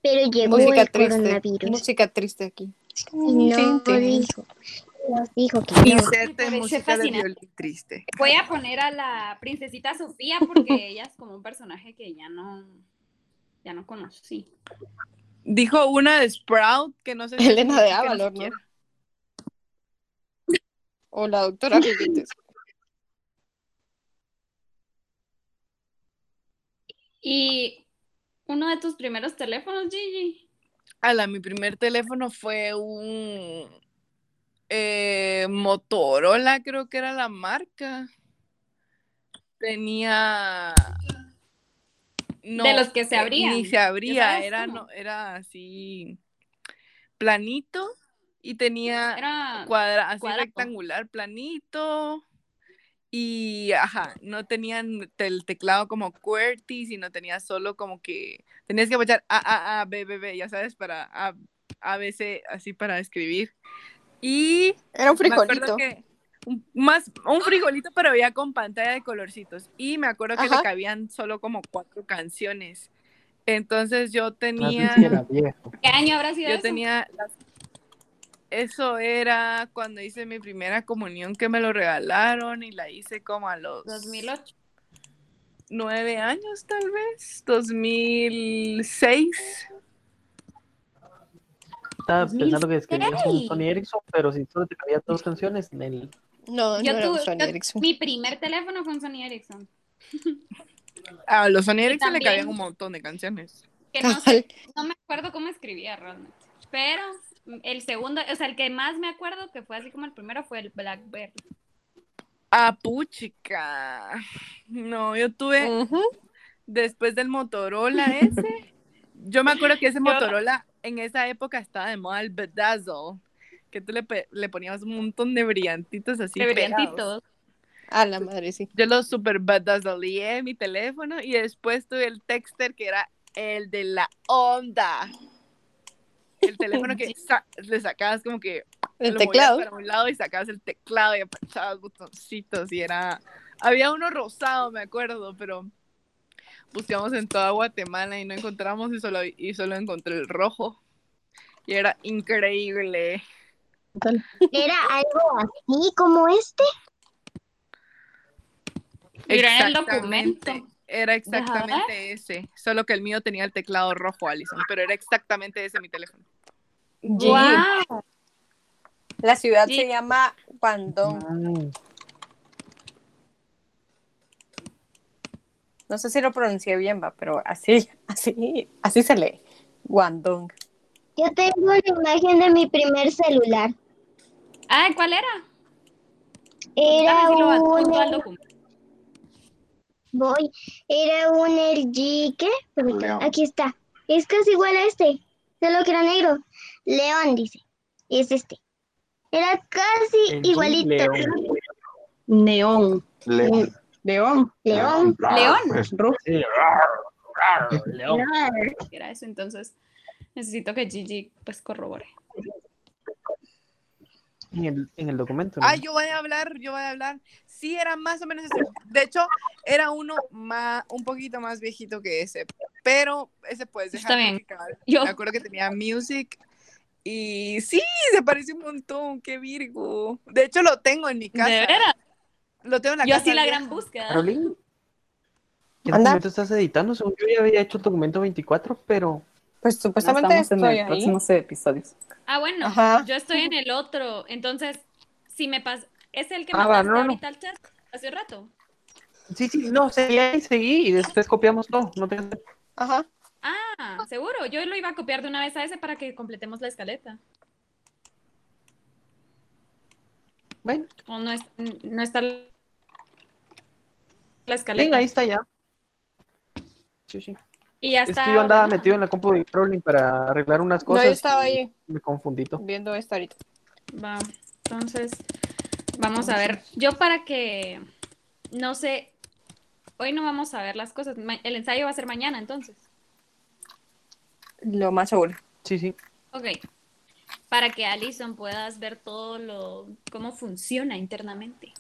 Speaker 1: Pero llegó
Speaker 5: Música
Speaker 1: el
Speaker 5: triste.
Speaker 1: coronavirus
Speaker 5: Música triste aquí. Mm,
Speaker 1: y no
Speaker 5: Tin, tin.
Speaker 1: dijo, nos dijo que no.
Speaker 7: Inserte
Speaker 4: parece
Speaker 7: música de
Speaker 4: fascinante.
Speaker 7: violín triste.
Speaker 4: Voy a poner a la princesita Sofía porque ella es como un personaje que ya no, ya no conocí.
Speaker 7: Dijo una de Sprout que no sé
Speaker 5: Elena de
Speaker 7: significa
Speaker 5: Avalor,
Speaker 7: siquiera.
Speaker 5: O la doctora Juguetes.
Speaker 4: Y uno de tus primeros teléfonos, Gigi.
Speaker 7: Ala, mi primer teléfono fue un eh, Motorola, creo que era la marca. Tenía. No,
Speaker 4: de los que se
Speaker 7: eh,
Speaker 4: abrían.
Speaker 7: Ni se
Speaker 4: Ya
Speaker 7: abría,
Speaker 4: sabes
Speaker 7: era,
Speaker 4: cómo.
Speaker 7: no, era así planito y tenía
Speaker 5: Ah,
Speaker 4: Era
Speaker 7: cuadra, así
Speaker 4: cuadrado.
Speaker 7: rectangular, planito. Y ajá, no tenían te- el teclado como QWERTY, sino tenía solo como que tenías que apoyar A, A, A, B, B, B, ya sabes, para A, A, B, C, así para escribir. Y
Speaker 5: Era un
Speaker 7: me acuerdo
Speaker 5: frijolito.
Speaker 7: que un, más, un frijolito, pero ya con pantalla de colorcitos. Y me acuerdo que
Speaker 5: Ajá.
Speaker 7: le cabían solo como cuatro canciones. Entonces yo tenía.
Speaker 2: Así era viejo.
Speaker 4: ¿Qué año habrá sido
Speaker 7: Yo
Speaker 4: eso?
Speaker 7: tenía. las- Eso era cuando hice mi primera comunión que me lo regalaron y la hice como a los
Speaker 4: 2008.
Speaker 7: nueve años, tal vez. 2006.
Speaker 2: Estaba pensando que escribías un
Speaker 4: 2006.
Speaker 2: Sony Ericsson, pero si solo te cabían dos canciones en el.
Speaker 5: No,
Speaker 4: Yo
Speaker 5: no era un
Speaker 4: tuve-
Speaker 5: Sony
Speaker 4: yo-
Speaker 5: Ericsson.
Speaker 4: mi primer teléfono fue un Sony Ericsson.
Speaker 7: A los Sony Ericsson le
Speaker 4: también-
Speaker 7: cabían un montón de canciones.
Speaker 4: Que no, sé-
Speaker 5: Cabal.
Speaker 4: no me acuerdo cómo escribía realmente. Pero el segundo, o sea, el que más me acuerdo que fue así como el primero fue el Blackberry.
Speaker 7: Ah, puchica. No, yo tuve.
Speaker 5: Ujú.
Speaker 7: después del Motorola ese. Yo me acuerdo que ese Motorola en esa época estaba de moda el bedazzle, que tú le, pe- le ponías un montón de brillantitos así.
Speaker 4: De brillantitos.
Speaker 7: pegados.
Speaker 5: A la madre, sí.
Speaker 7: Yo lo super badass lo leí en mi teléfono y después tuve el texter que era el de la onda. El teléfono que sa- le sacabas como que
Speaker 5: El
Speaker 7: lo movías
Speaker 5: teclado.
Speaker 7: para un lado y sacabas el teclado y apretabas botoncitos y era había uno rosado me acuerdo pero buscamos en toda Guatemala y no encontramos y solo y solo encontré el rojo y era increíble
Speaker 1: Era algo así como este.
Speaker 4: Mira el
Speaker 7: Exactamente.
Speaker 4: documento.
Speaker 7: era exactamente ese solo que el mío tenía el teclado rojo Alison pero era exactamente ese mi teléfono
Speaker 5: Jean. La ciudad
Speaker 4: Sí.
Speaker 5: se llama Guandong.
Speaker 2: Mm.
Speaker 5: No sé si lo pronuncié bien, va, pero así, así, así se lee. Guandong.
Speaker 1: Yo tengo la imagen de mi primer celular.
Speaker 4: Ah, ¿cuál era?
Speaker 1: Era
Speaker 4: Dame si lo adjunto al
Speaker 1: un
Speaker 4: documento.
Speaker 1: voy, era un LG, ¿qué? Permítame,
Speaker 9: León.
Speaker 1: Aquí está. Es casi igual a este, solo que era negro. León dice, es este. Era casi
Speaker 2: LG
Speaker 1: igualito.
Speaker 2: León.
Speaker 6: Neón.
Speaker 9: León.
Speaker 6: León.
Speaker 1: León.
Speaker 9: ah,
Speaker 4: León.
Speaker 9: Es-
Speaker 6: rojo.
Speaker 2: Sí, rar, rar, León.
Speaker 4: Era eso, entonces necesito que Gigi pues corrobore.
Speaker 2: En el, en el documento. ¿no?
Speaker 7: Ah, yo voy a hablar, yo voy a hablar. Sí, era más o menos ese. De hecho, era uno más, un poquito más viejito que ese, pero ese puedes dejar.
Speaker 4: Está bien.
Speaker 7: porque cabal,
Speaker 4: Yo,
Speaker 7: Me acuerdo que tenía Music y sí, se parece un montón, qué virgo. De hecho, lo tengo en mi
Speaker 4: de
Speaker 7: casa.
Speaker 4: veras,
Speaker 7: Lo tengo en la
Speaker 4: yo
Speaker 7: casa.
Speaker 4: así la
Speaker 7: vieja.
Speaker 4: gran búsqueda.
Speaker 2: Carolyn, ¿qué
Speaker 5: Anda.
Speaker 2: documento estás editando? Según yo ya había hecho el documento 24, pero
Speaker 5: Pues supuestamente
Speaker 10: en
Speaker 5: estoy
Speaker 10: el
Speaker 5: ahí.
Speaker 10: próximo episodios.
Speaker 4: Ah, bueno,
Speaker 5: Ajá.
Speaker 4: yo estoy en el otro, entonces si me pasa, es el que
Speaker 2: Ah,
Speaker 4: me
Speaker 2: va,
Speaker 4: mandaste
Speaker 2: no, no.
Speaker 4: ahorita al chat hace rato.
Speaker 2: Sí, sí, no, seguí ahí, seguí y después copiamos todo. No te...
Speaker 5: Ajá.
Speaker 4: Ah, seguro, yo lo iba a copiar de una vez a ese para que completemos la escaleta.
Speaker 2: Bueno,
Speaker 4: O no, es- no está la
Speaker 2: bien,
Speaker 4: escaleta.
Speaker 2: ahí está ya. Sí, sí.
Speaker 4: Y ya
Speaker 2: Es
Speaker 4: está.
Speaker 2: que yo andaba
Speaker 4: ordenado.
Speaker 2: metido en la compu de Carolyn para arreglar unas
Speaker 5: No,
Speaker 2: cosas.
Speaker 5: yo estaba
Speaker 2: y
Speaker 5: ahí
Speaker 2: Me confundí. todo.
Speaker 5: viendo esto ahorita.
Speaker 4: Va, entonces, vamos a ver. Yo para que, no sé, hoy no vamos a ver las cosas. ma- El ensayo va a ser mañana, entonces.
Speaker 5: Lo más seguro.
Speaker 2: Sí, sí.
Speaker 4: Ok. Para que Alison puedas ver todo lo, cómo funciona internamente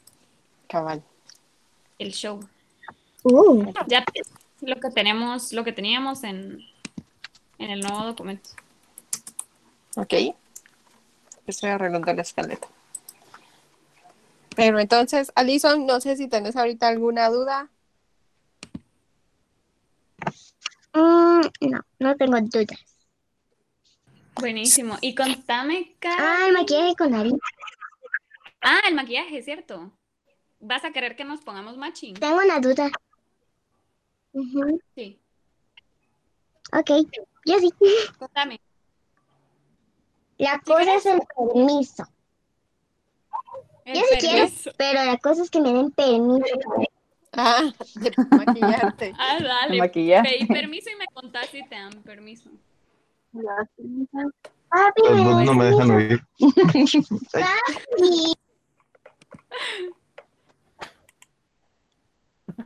Speaker 5: Cabal.
Speaker 4: el show.
Speaker 1: Uh,
Speaker 4: Ya lo que tenemos, lo que teníamos en, en el nuevo documento.
Speaker 5: Ok. Estoy arreglando la escaleta. Pero entonces, Alison, no sé si tenés ahorita alguna duda.
Speaker 1: mm, no, no tengo dudas.
Speaker 4: Buenísimo. Y contame, Cara.
Speaker 1: Ah, el maquillaje con nariz.
Speaker 4: Ah, el maquillaje, ¿cierto? ¿Vas a querer que nos pongamos matching?
Speaker 1: Tengo una duda. Ujú,
Speaker 4: Sí.
Speaker 1: Ok, yo sí.
Speaker 4: Contame.
Speaker 1: La cosa es el permiso,
Speaker 4: El
Speaker 1: Yo si quiero.
Speaker 4: permiso.
Speaker 1: pero la cosa es que me den permiso.
Speaker 5: Ah, de maquillarte.
Speaker 4: Ah,
Speaker 10: El
Speaker 4: dale.
Speaker 10: maquillaje.
Speaker 4: Pedí permiso y me contás si te dan permiso.
Speaker 1: Papi,
Speaker 9: Los
Speaker 1: me
Speaker 9: dos pues, no
Speaker 1: dan
Speaker 9: me dejan oír.
Speaker 1: permiso.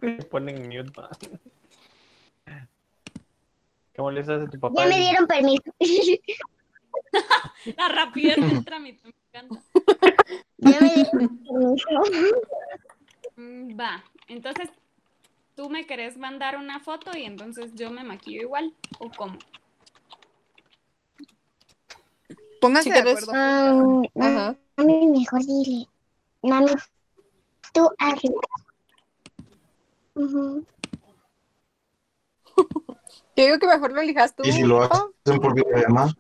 Speaker 2: Me ponen en mute. va. ¿Qué molestas a tu papá?
Speaker 1: Ya me dieron permiso.
Speaker 4: La rapidez del trámite, me encanta.
Speaker 1: Ya me dieron permiso.
Speaker 4: Mm, Va, entonces tú me querés mandar una foto y entonces yo me maquillo igual, ¿o cómo?
Speaker 7: Pónganse
Speaker 5: Si
Speaker 7: de
Speaker 5: quieres-
Speaker 7: acuerdo.
Speaker 1: Ah,
Speaker 5: Ajá.
Speaker 1: Mami, mejor dile. Mami, tú arriba.
Speaker 5: Yo digo que mejor lo elijas tú.
Speaker 9: Y si lo
Speaker 5: ¿no?
Speaker 9: hacen por videollamada,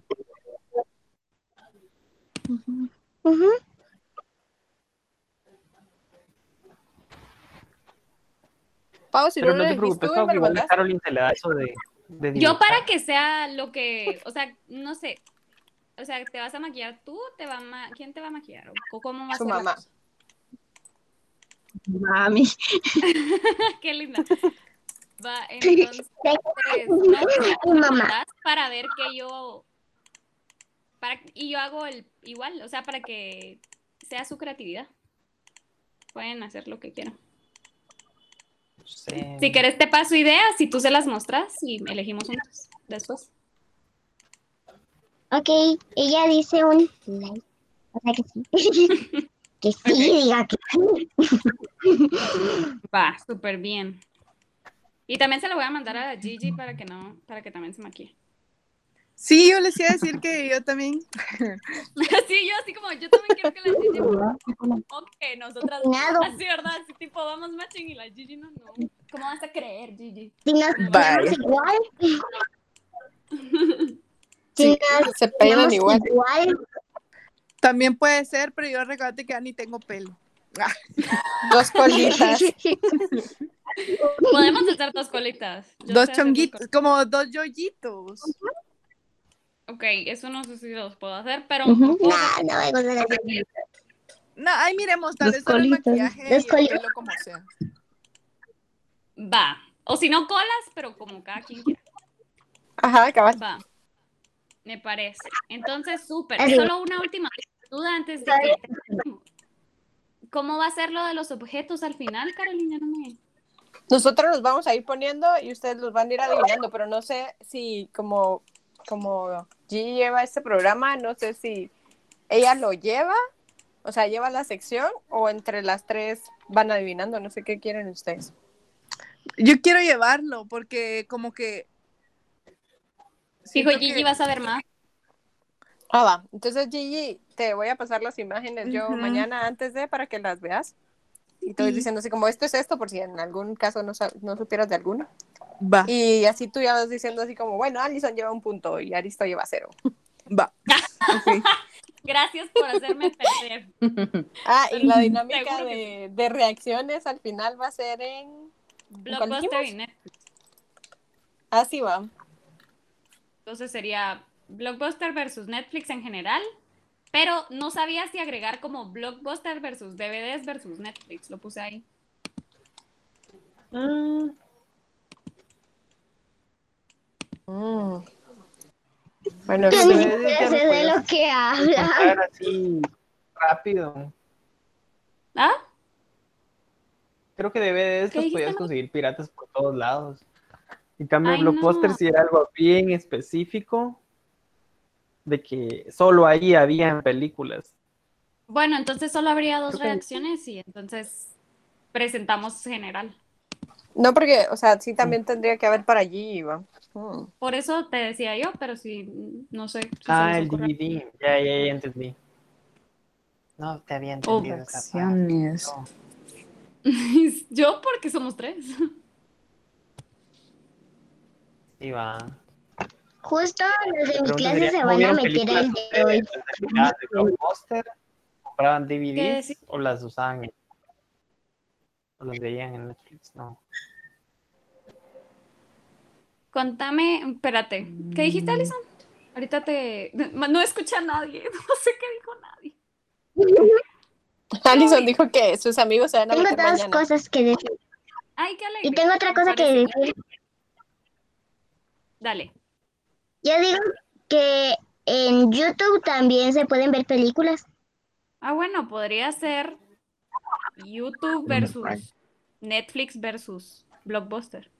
Speaker 5: Pau, si
Speaker 2: Pero
Speaker 5: no
Speaker 2: no
Speaker 5: lo
Speaker 2: te
Speaker 5: elegís tú
Speaker 2: preocupes,
Speaker 5: y
Speaker 2: Pau,
Speaker 5: me
Speaker 2: que
Speaker 5: lo
Speaker 2: igual a
Speaker 5: mandas.
Speaker 2: Carolyn se le da eso de. de
Speaker 4: Yo
Speaker 2: dibujar.
Speaker 4: para que sea lo que, o sea, no sé, o sea, ¿te vas a maquillar tú? o ¿Te va a ma- ¿Quién te va a maquillar? ¿O cómo va a
Speaker 5: Su
Speaker 4: ser la
Speaker 5: mamá.
Speaker 4: cosa?
Speaker 6: Mami.
Speaker 4: Qué linda. Va, entonces, pues, no,
Speaker 1: Ay, mamá.
Speaker 4: mandás para ver que yo para, y yo hago el igual, o sea, para que sea su creatividad. pueden hacer lo que quieran.
Speaker 2: Sí.
Speaker 4: Si querés te paso ideas y tú se las mostras y elegimos juntos después.
Speaker 1: Ok, ella dice un like. O sea que sí. que sí, diga que sí.
Speaker 4: Va, súper bien. Y también se lo voy a mandar a Gigi para que no, para que también se maquille.
Speaker 11: Sí, yo les iba a decir que yo también.
Speaker 4: Sí, yo así como, yo también quiero que la Gigi Ok, nosotras
Speaker 1: Nada.
Speaker 4: así, ¿verdad? Así tipo, vamos matching y la Gigi no, no. ¿Cómo vas a creer, Gigi?
Speaker 1: Si nos
Speaker 11: Vaya.
Speaker 1: peleamos igual. si
Speaker 11: Sí,
Speaker 1: nos
Speaker 5: Se
Speaker 1: peleamos
Speaker 5: pegan igual.
Speaker 1: igual,
Speaker 11: También puede ser, pero yo recordate que ya ni tengo pelo. Ah,
Speaker 5: Dos colitas.
Speaker 4: Podemos hacer dos colitas. Yo
Speaker 11: dos
Speaker 4: sé hacer
Speaker 11: chonguitos,
Speaker 4: colitas.
Speaker 11: como dos yoyitos.
Speaker 4: Ok, eso no sé si los puedo hacer, pero
Speaker 1: no, Ah, no me gusta la
Speaker 11: No, ahí miremos, tal
Speaker 6: Dos
Speaker 11: vez solo el
Speaker 6: colitas,
Speaker 11: maquillaje
Speaker 1: dos
Speaker 11: y el
Speaker 1: colitas.
Speaker 11: pelo como sea.
Speaker 4: va. O si no colas, pero como cada quien quiera.
Speaker 5: Ajá, cabal.
Speaker 4: Va. Me parece. Entonces, súper.
Speaker 1: Así.
Speaker 4: Solo una última duda antes de que. ¿Cómo va a ser lo de los objetos al final, Carolina? No me-
Speaker 5: Nosotros los vamos a ir poniendo y ustedes los van a ir adivinando, pero no sé si como, como G lleva este programa, no sé si ella lo lleva, o sea, lleva la sección o entre las tres van adivinando, no sé qué quieren ustedes.
Speaker 11: Yo quiero llevarlo porque como que...
Speaker 4: Fijo,
Speaker 11: siento
Speaker 4: Gigi,
Speaker 11: que-
Speaker 4: vas a ver más.
Speaker 5: Ah, va. Entonces, Gigi, te voy a pasar las imágenes yo
Speaker 7: Ujú.
Speaker 5: mañana antes de para que las veas. Y te voy diciendo así como esto es esto, por si en algún caso no, sa- no supieras de alguna.
Speaker 11: Va,
Speaker 5: Y así tú ya vas diciendo así como, bueno, Alison lleva un punto y Aristo lleva cero.
Speaker 11: va. Ok.
Speaker 4: Gracias por hacerme perder.
Speaker 5: Ah, y la dinámica
Speaker 4: Seguro que
Speaker 5: de, de reacciones al final va a ser en...
Speaker 4: Blockbuster y Netflix.
Speaker 5: Así va.
Speaker 4: Entonces sería Blockbuster versus Netflix en general. Pero no sabía si agregar como Blockbuster versus DVDs versus Netflix. Lo puse ahí.
Speaker 5: Mm. Bueno,
Speaker 1: Yo
Speaker 5: sí.
Speaker 1: ni
Speaker 2: Sí,
Speaker 1: siquiera
Speaker 2: sí,
Speaker 1: sé de
Speaker 2: sí.
Speaker 1: lo que habla.
Speaker 2: Contar así rápido.
Speaker 4: ¿Ah?
Speaker 2: Creo que debe de estos
Speaker 4: ¿Qué dijiste,
Speaker 2: podías
Speaker 4: Mau?
Speaker 2: conseguir piratas por todos lados. En cambio,
Speaker 4: Ay,
Speaker 2: Blockbuster
Speaker 4: no.
Speaker 2: si era algo bien específico de que solo ahí habían películas.
Speaker 4: Bueno, entonces solo habría dos
Speaker 2: Creo que-
Speaker 4: reacciones y entonces presentamos general.
Speaker 5: No, porque, o sea, sí también tendría que haber para allí, va. Mm.
Speaker 4: Por eso te decía yo, pero si no sé. si se
Speaker 2: ah,
Speaker 4: les
Speaker 2: el
Speaker 4: ocurre.
Speaker 2: DVD. Ya, ya, ya entendí. No te había
Speaker 4: Oh,
Speaker 2: entendido. capaz.
Speaker 11: Acciones.
Speaker 2: No.
Speaker 4: yo porque somos tres.
Speaker 2: Sí, va.
Speaker 1: Justo los de mi
Speaker 2: Pregunta
Speaker 1: clase
Speaker 2: sería,
Speaker 1: se
Speaker 2: ¿cómo
Speaker 1: van a
Speaker 2: vieron
Speaker 1: meter al
Speaker 2: películas
Speaker 1: de
Speaker 2: ustedes?
Speaker 1: hoy.
Speaker 2: ¿Las alquilaban de Blockbuster? ¿Compraban DVDs
Speaker 4: decís?
Speaker 2: o las usaban? en- ¿O las veían en Netflix? No.
Speaker 4: Contame, espérate. ¿Qué
Speaker 2: Mm.
Speaker 4: dijiste, Alison? Ahorita te... No escucha a nadie. No sé qué dijo nadie.
Speaker 5: Alison dijo que sus amigos se van a
Speaker 1: Tengo
Speaker 5: meter
Speaker 1: dos
Speaker 5: mañana.
Speaker 1: cosas que decir.
Speaker 4: Ay, qué alegre.
Speaker 1: Y tengo otra
Speaker 4: Me
Speaker 1: cosa que
Speaker 4: parece.
Speaker 1: decir.
Speaker 4: Dale.
Speaker 1: Yo digo que en YouTube también se pueden ver películas.
Speaker 4: Ah, bueno, podría ser YouTube versus Netflix versus Blockbuster.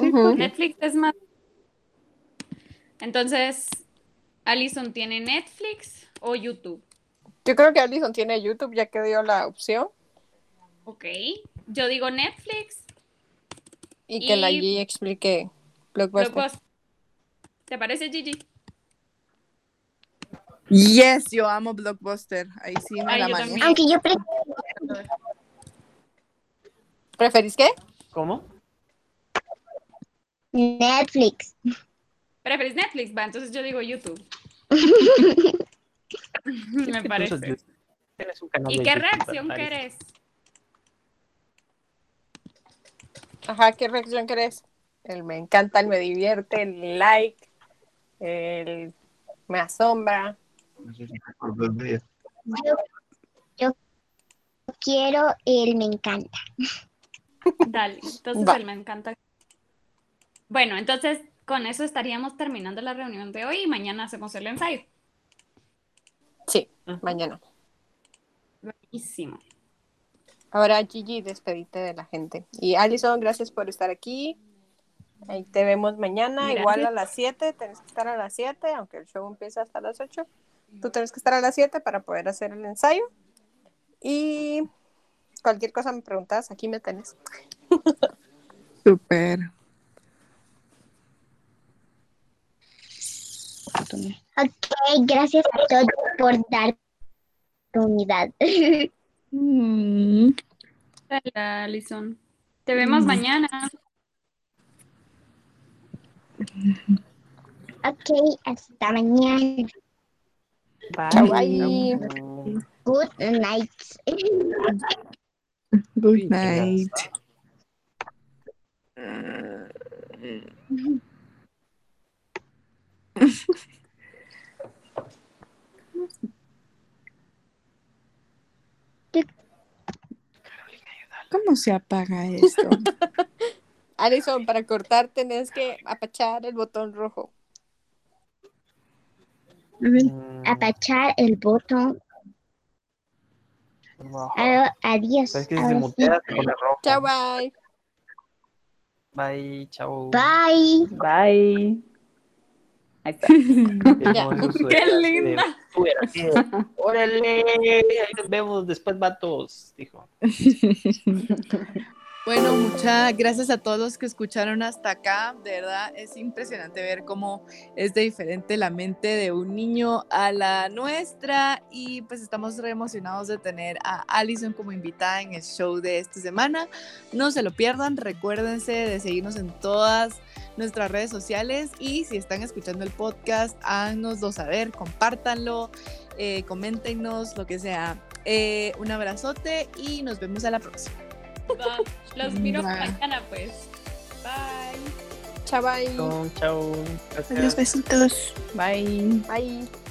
Speaker 5: Ujú.
Speaker 4: Netflix es más. Entonces, Alison tiene Netflix o YouTube.
Speaker 5: Yo creo que Alison tiene YouTube, ya que dio la opción.
Speaker 4: Ok. Yo digo Netflix,
Speaker 5: Y que la
Speaker 4: Y-
Speaker 5: G explique Blockbuster.
Speaker 4: Blockbuster. ¿Te parece, Gigi?
Speaker 11: Yes, yo amo Blockbuster. Ahí sí me
Speaker 4: Ay,
Speaker 11: la
Speaker 4: yo
Speaker 11: manejo.
Speaker 4: también.
Speaker 1: Aunque yo prefiero
Speaker 5: ¿Preferís qué?
Speaker 2: ¿Cómo?
Speaker 1: Netflix.
Speaker 4: ¿Preferís Netflix? Va, entonces yo digo YouTube. Me
Speaker 2: Incluso
Speaker 4: parece.
Speaker 2: YouTube. Tienes un canal
Speaker 4: ¿Y
Speaker 2: de
Speaker 4: qué
Speaker 2: YouTube,
Speaker 4: reacción
Speaker 2: Alison.
Speaker 4: querés?
Speaker 5: Ajá, ¿qué reacción querés? El me encanta, el me divierte, el like, el me asombra.
Speaker 9: por dos días.
Speaker 1: Yo, yo quiero el me encanta.
Speaker 4: Dale, entonces
Speaker 5: Va.
Speaker 4: él me encanta. Bueno, entonces con eso estaríamos terminando la reunión de hoy y mañana hacemos el ensayo.
Speaker 5: Sí, mañana.
Speaker 4: Buenísimo.
Speaker 5: Ahora Gigi, despedite de la gente. Y Alison, gracias por estar aquí. Ahí te vemos mañana,
Speaker 4: Gracias.
Speaker 5: igual a las 7, tenés que estar a las 7, aunque el show empieza hasta las 8. Tú tenés que estar a las 7 para poder hacer el ensayo. Y cualquier cosa me preguntas, aquí me tenés.
Speaker 7: Súper.
Speaker 1: Ok, gracias a todos por dar oportunidad.
Speaker 4: Hola, Alison. Te vemos mañana.
Speaker 1: ok, hasta mañana.
Speaker 5: Chao, bye.
Speaker 2: Mm,
Speaker 1: Good night.
Speaker 7: Good night. ¿Cómo se apaga esto?
Speaker 5: Alison, para cortar tenés que apachar el botón rojo.
Speaker 2: mm,
Speaker 1: apachar el botón. Ah, Adiós.
Speaker 2: Es que si
Speaker 1: Ahora
Speaker 2: se
Speaker 1: sí.
Speaker 2: mutea, se pone rojo.
Speaker 5: Chao, bye.
Speaker 2: Bye, chao.
Speaker 1: Bye.
Speaker 12: Bye. Ahí está.
Speaker 2: Que
Speaker 5: Ya.
Speaker 2: no es su
Speaker 4: Qué
Speaker 2: edad, así de,
Speaker 4: linda.
Speaker 2: "Tú eras él". Órale, ahí nos vemos después, vatos, dijo.
Speaker 7: Bueno, muchas gracias a todos los que escucharon hasta acá. De verdad, es impresionante ver cómo es de diferente la mente de un niño a la nuestra. Y pues estamos re emocionados de tener a Allison como invitada en el show de esta semana. No se lo pierdan. Recuérdense de seguirnos en todas nuestras redes sociales. Y si están escuchando el podcast, háganoslo saber, compártanlo, eh, coméntenos, lo que sea. Eh, un abrazote y nos vemos a la próxima.
Speaker 4: Va, Los miro
Speaker 7: Bye.
Speaker 4: mañana, pues. Bye.
Speaker 5: Chao, bye.
Speaker 2: Chao, chao. Gracias.
Speaker 7: Adiós, besitos. Bye.
Speaker 5: Bye.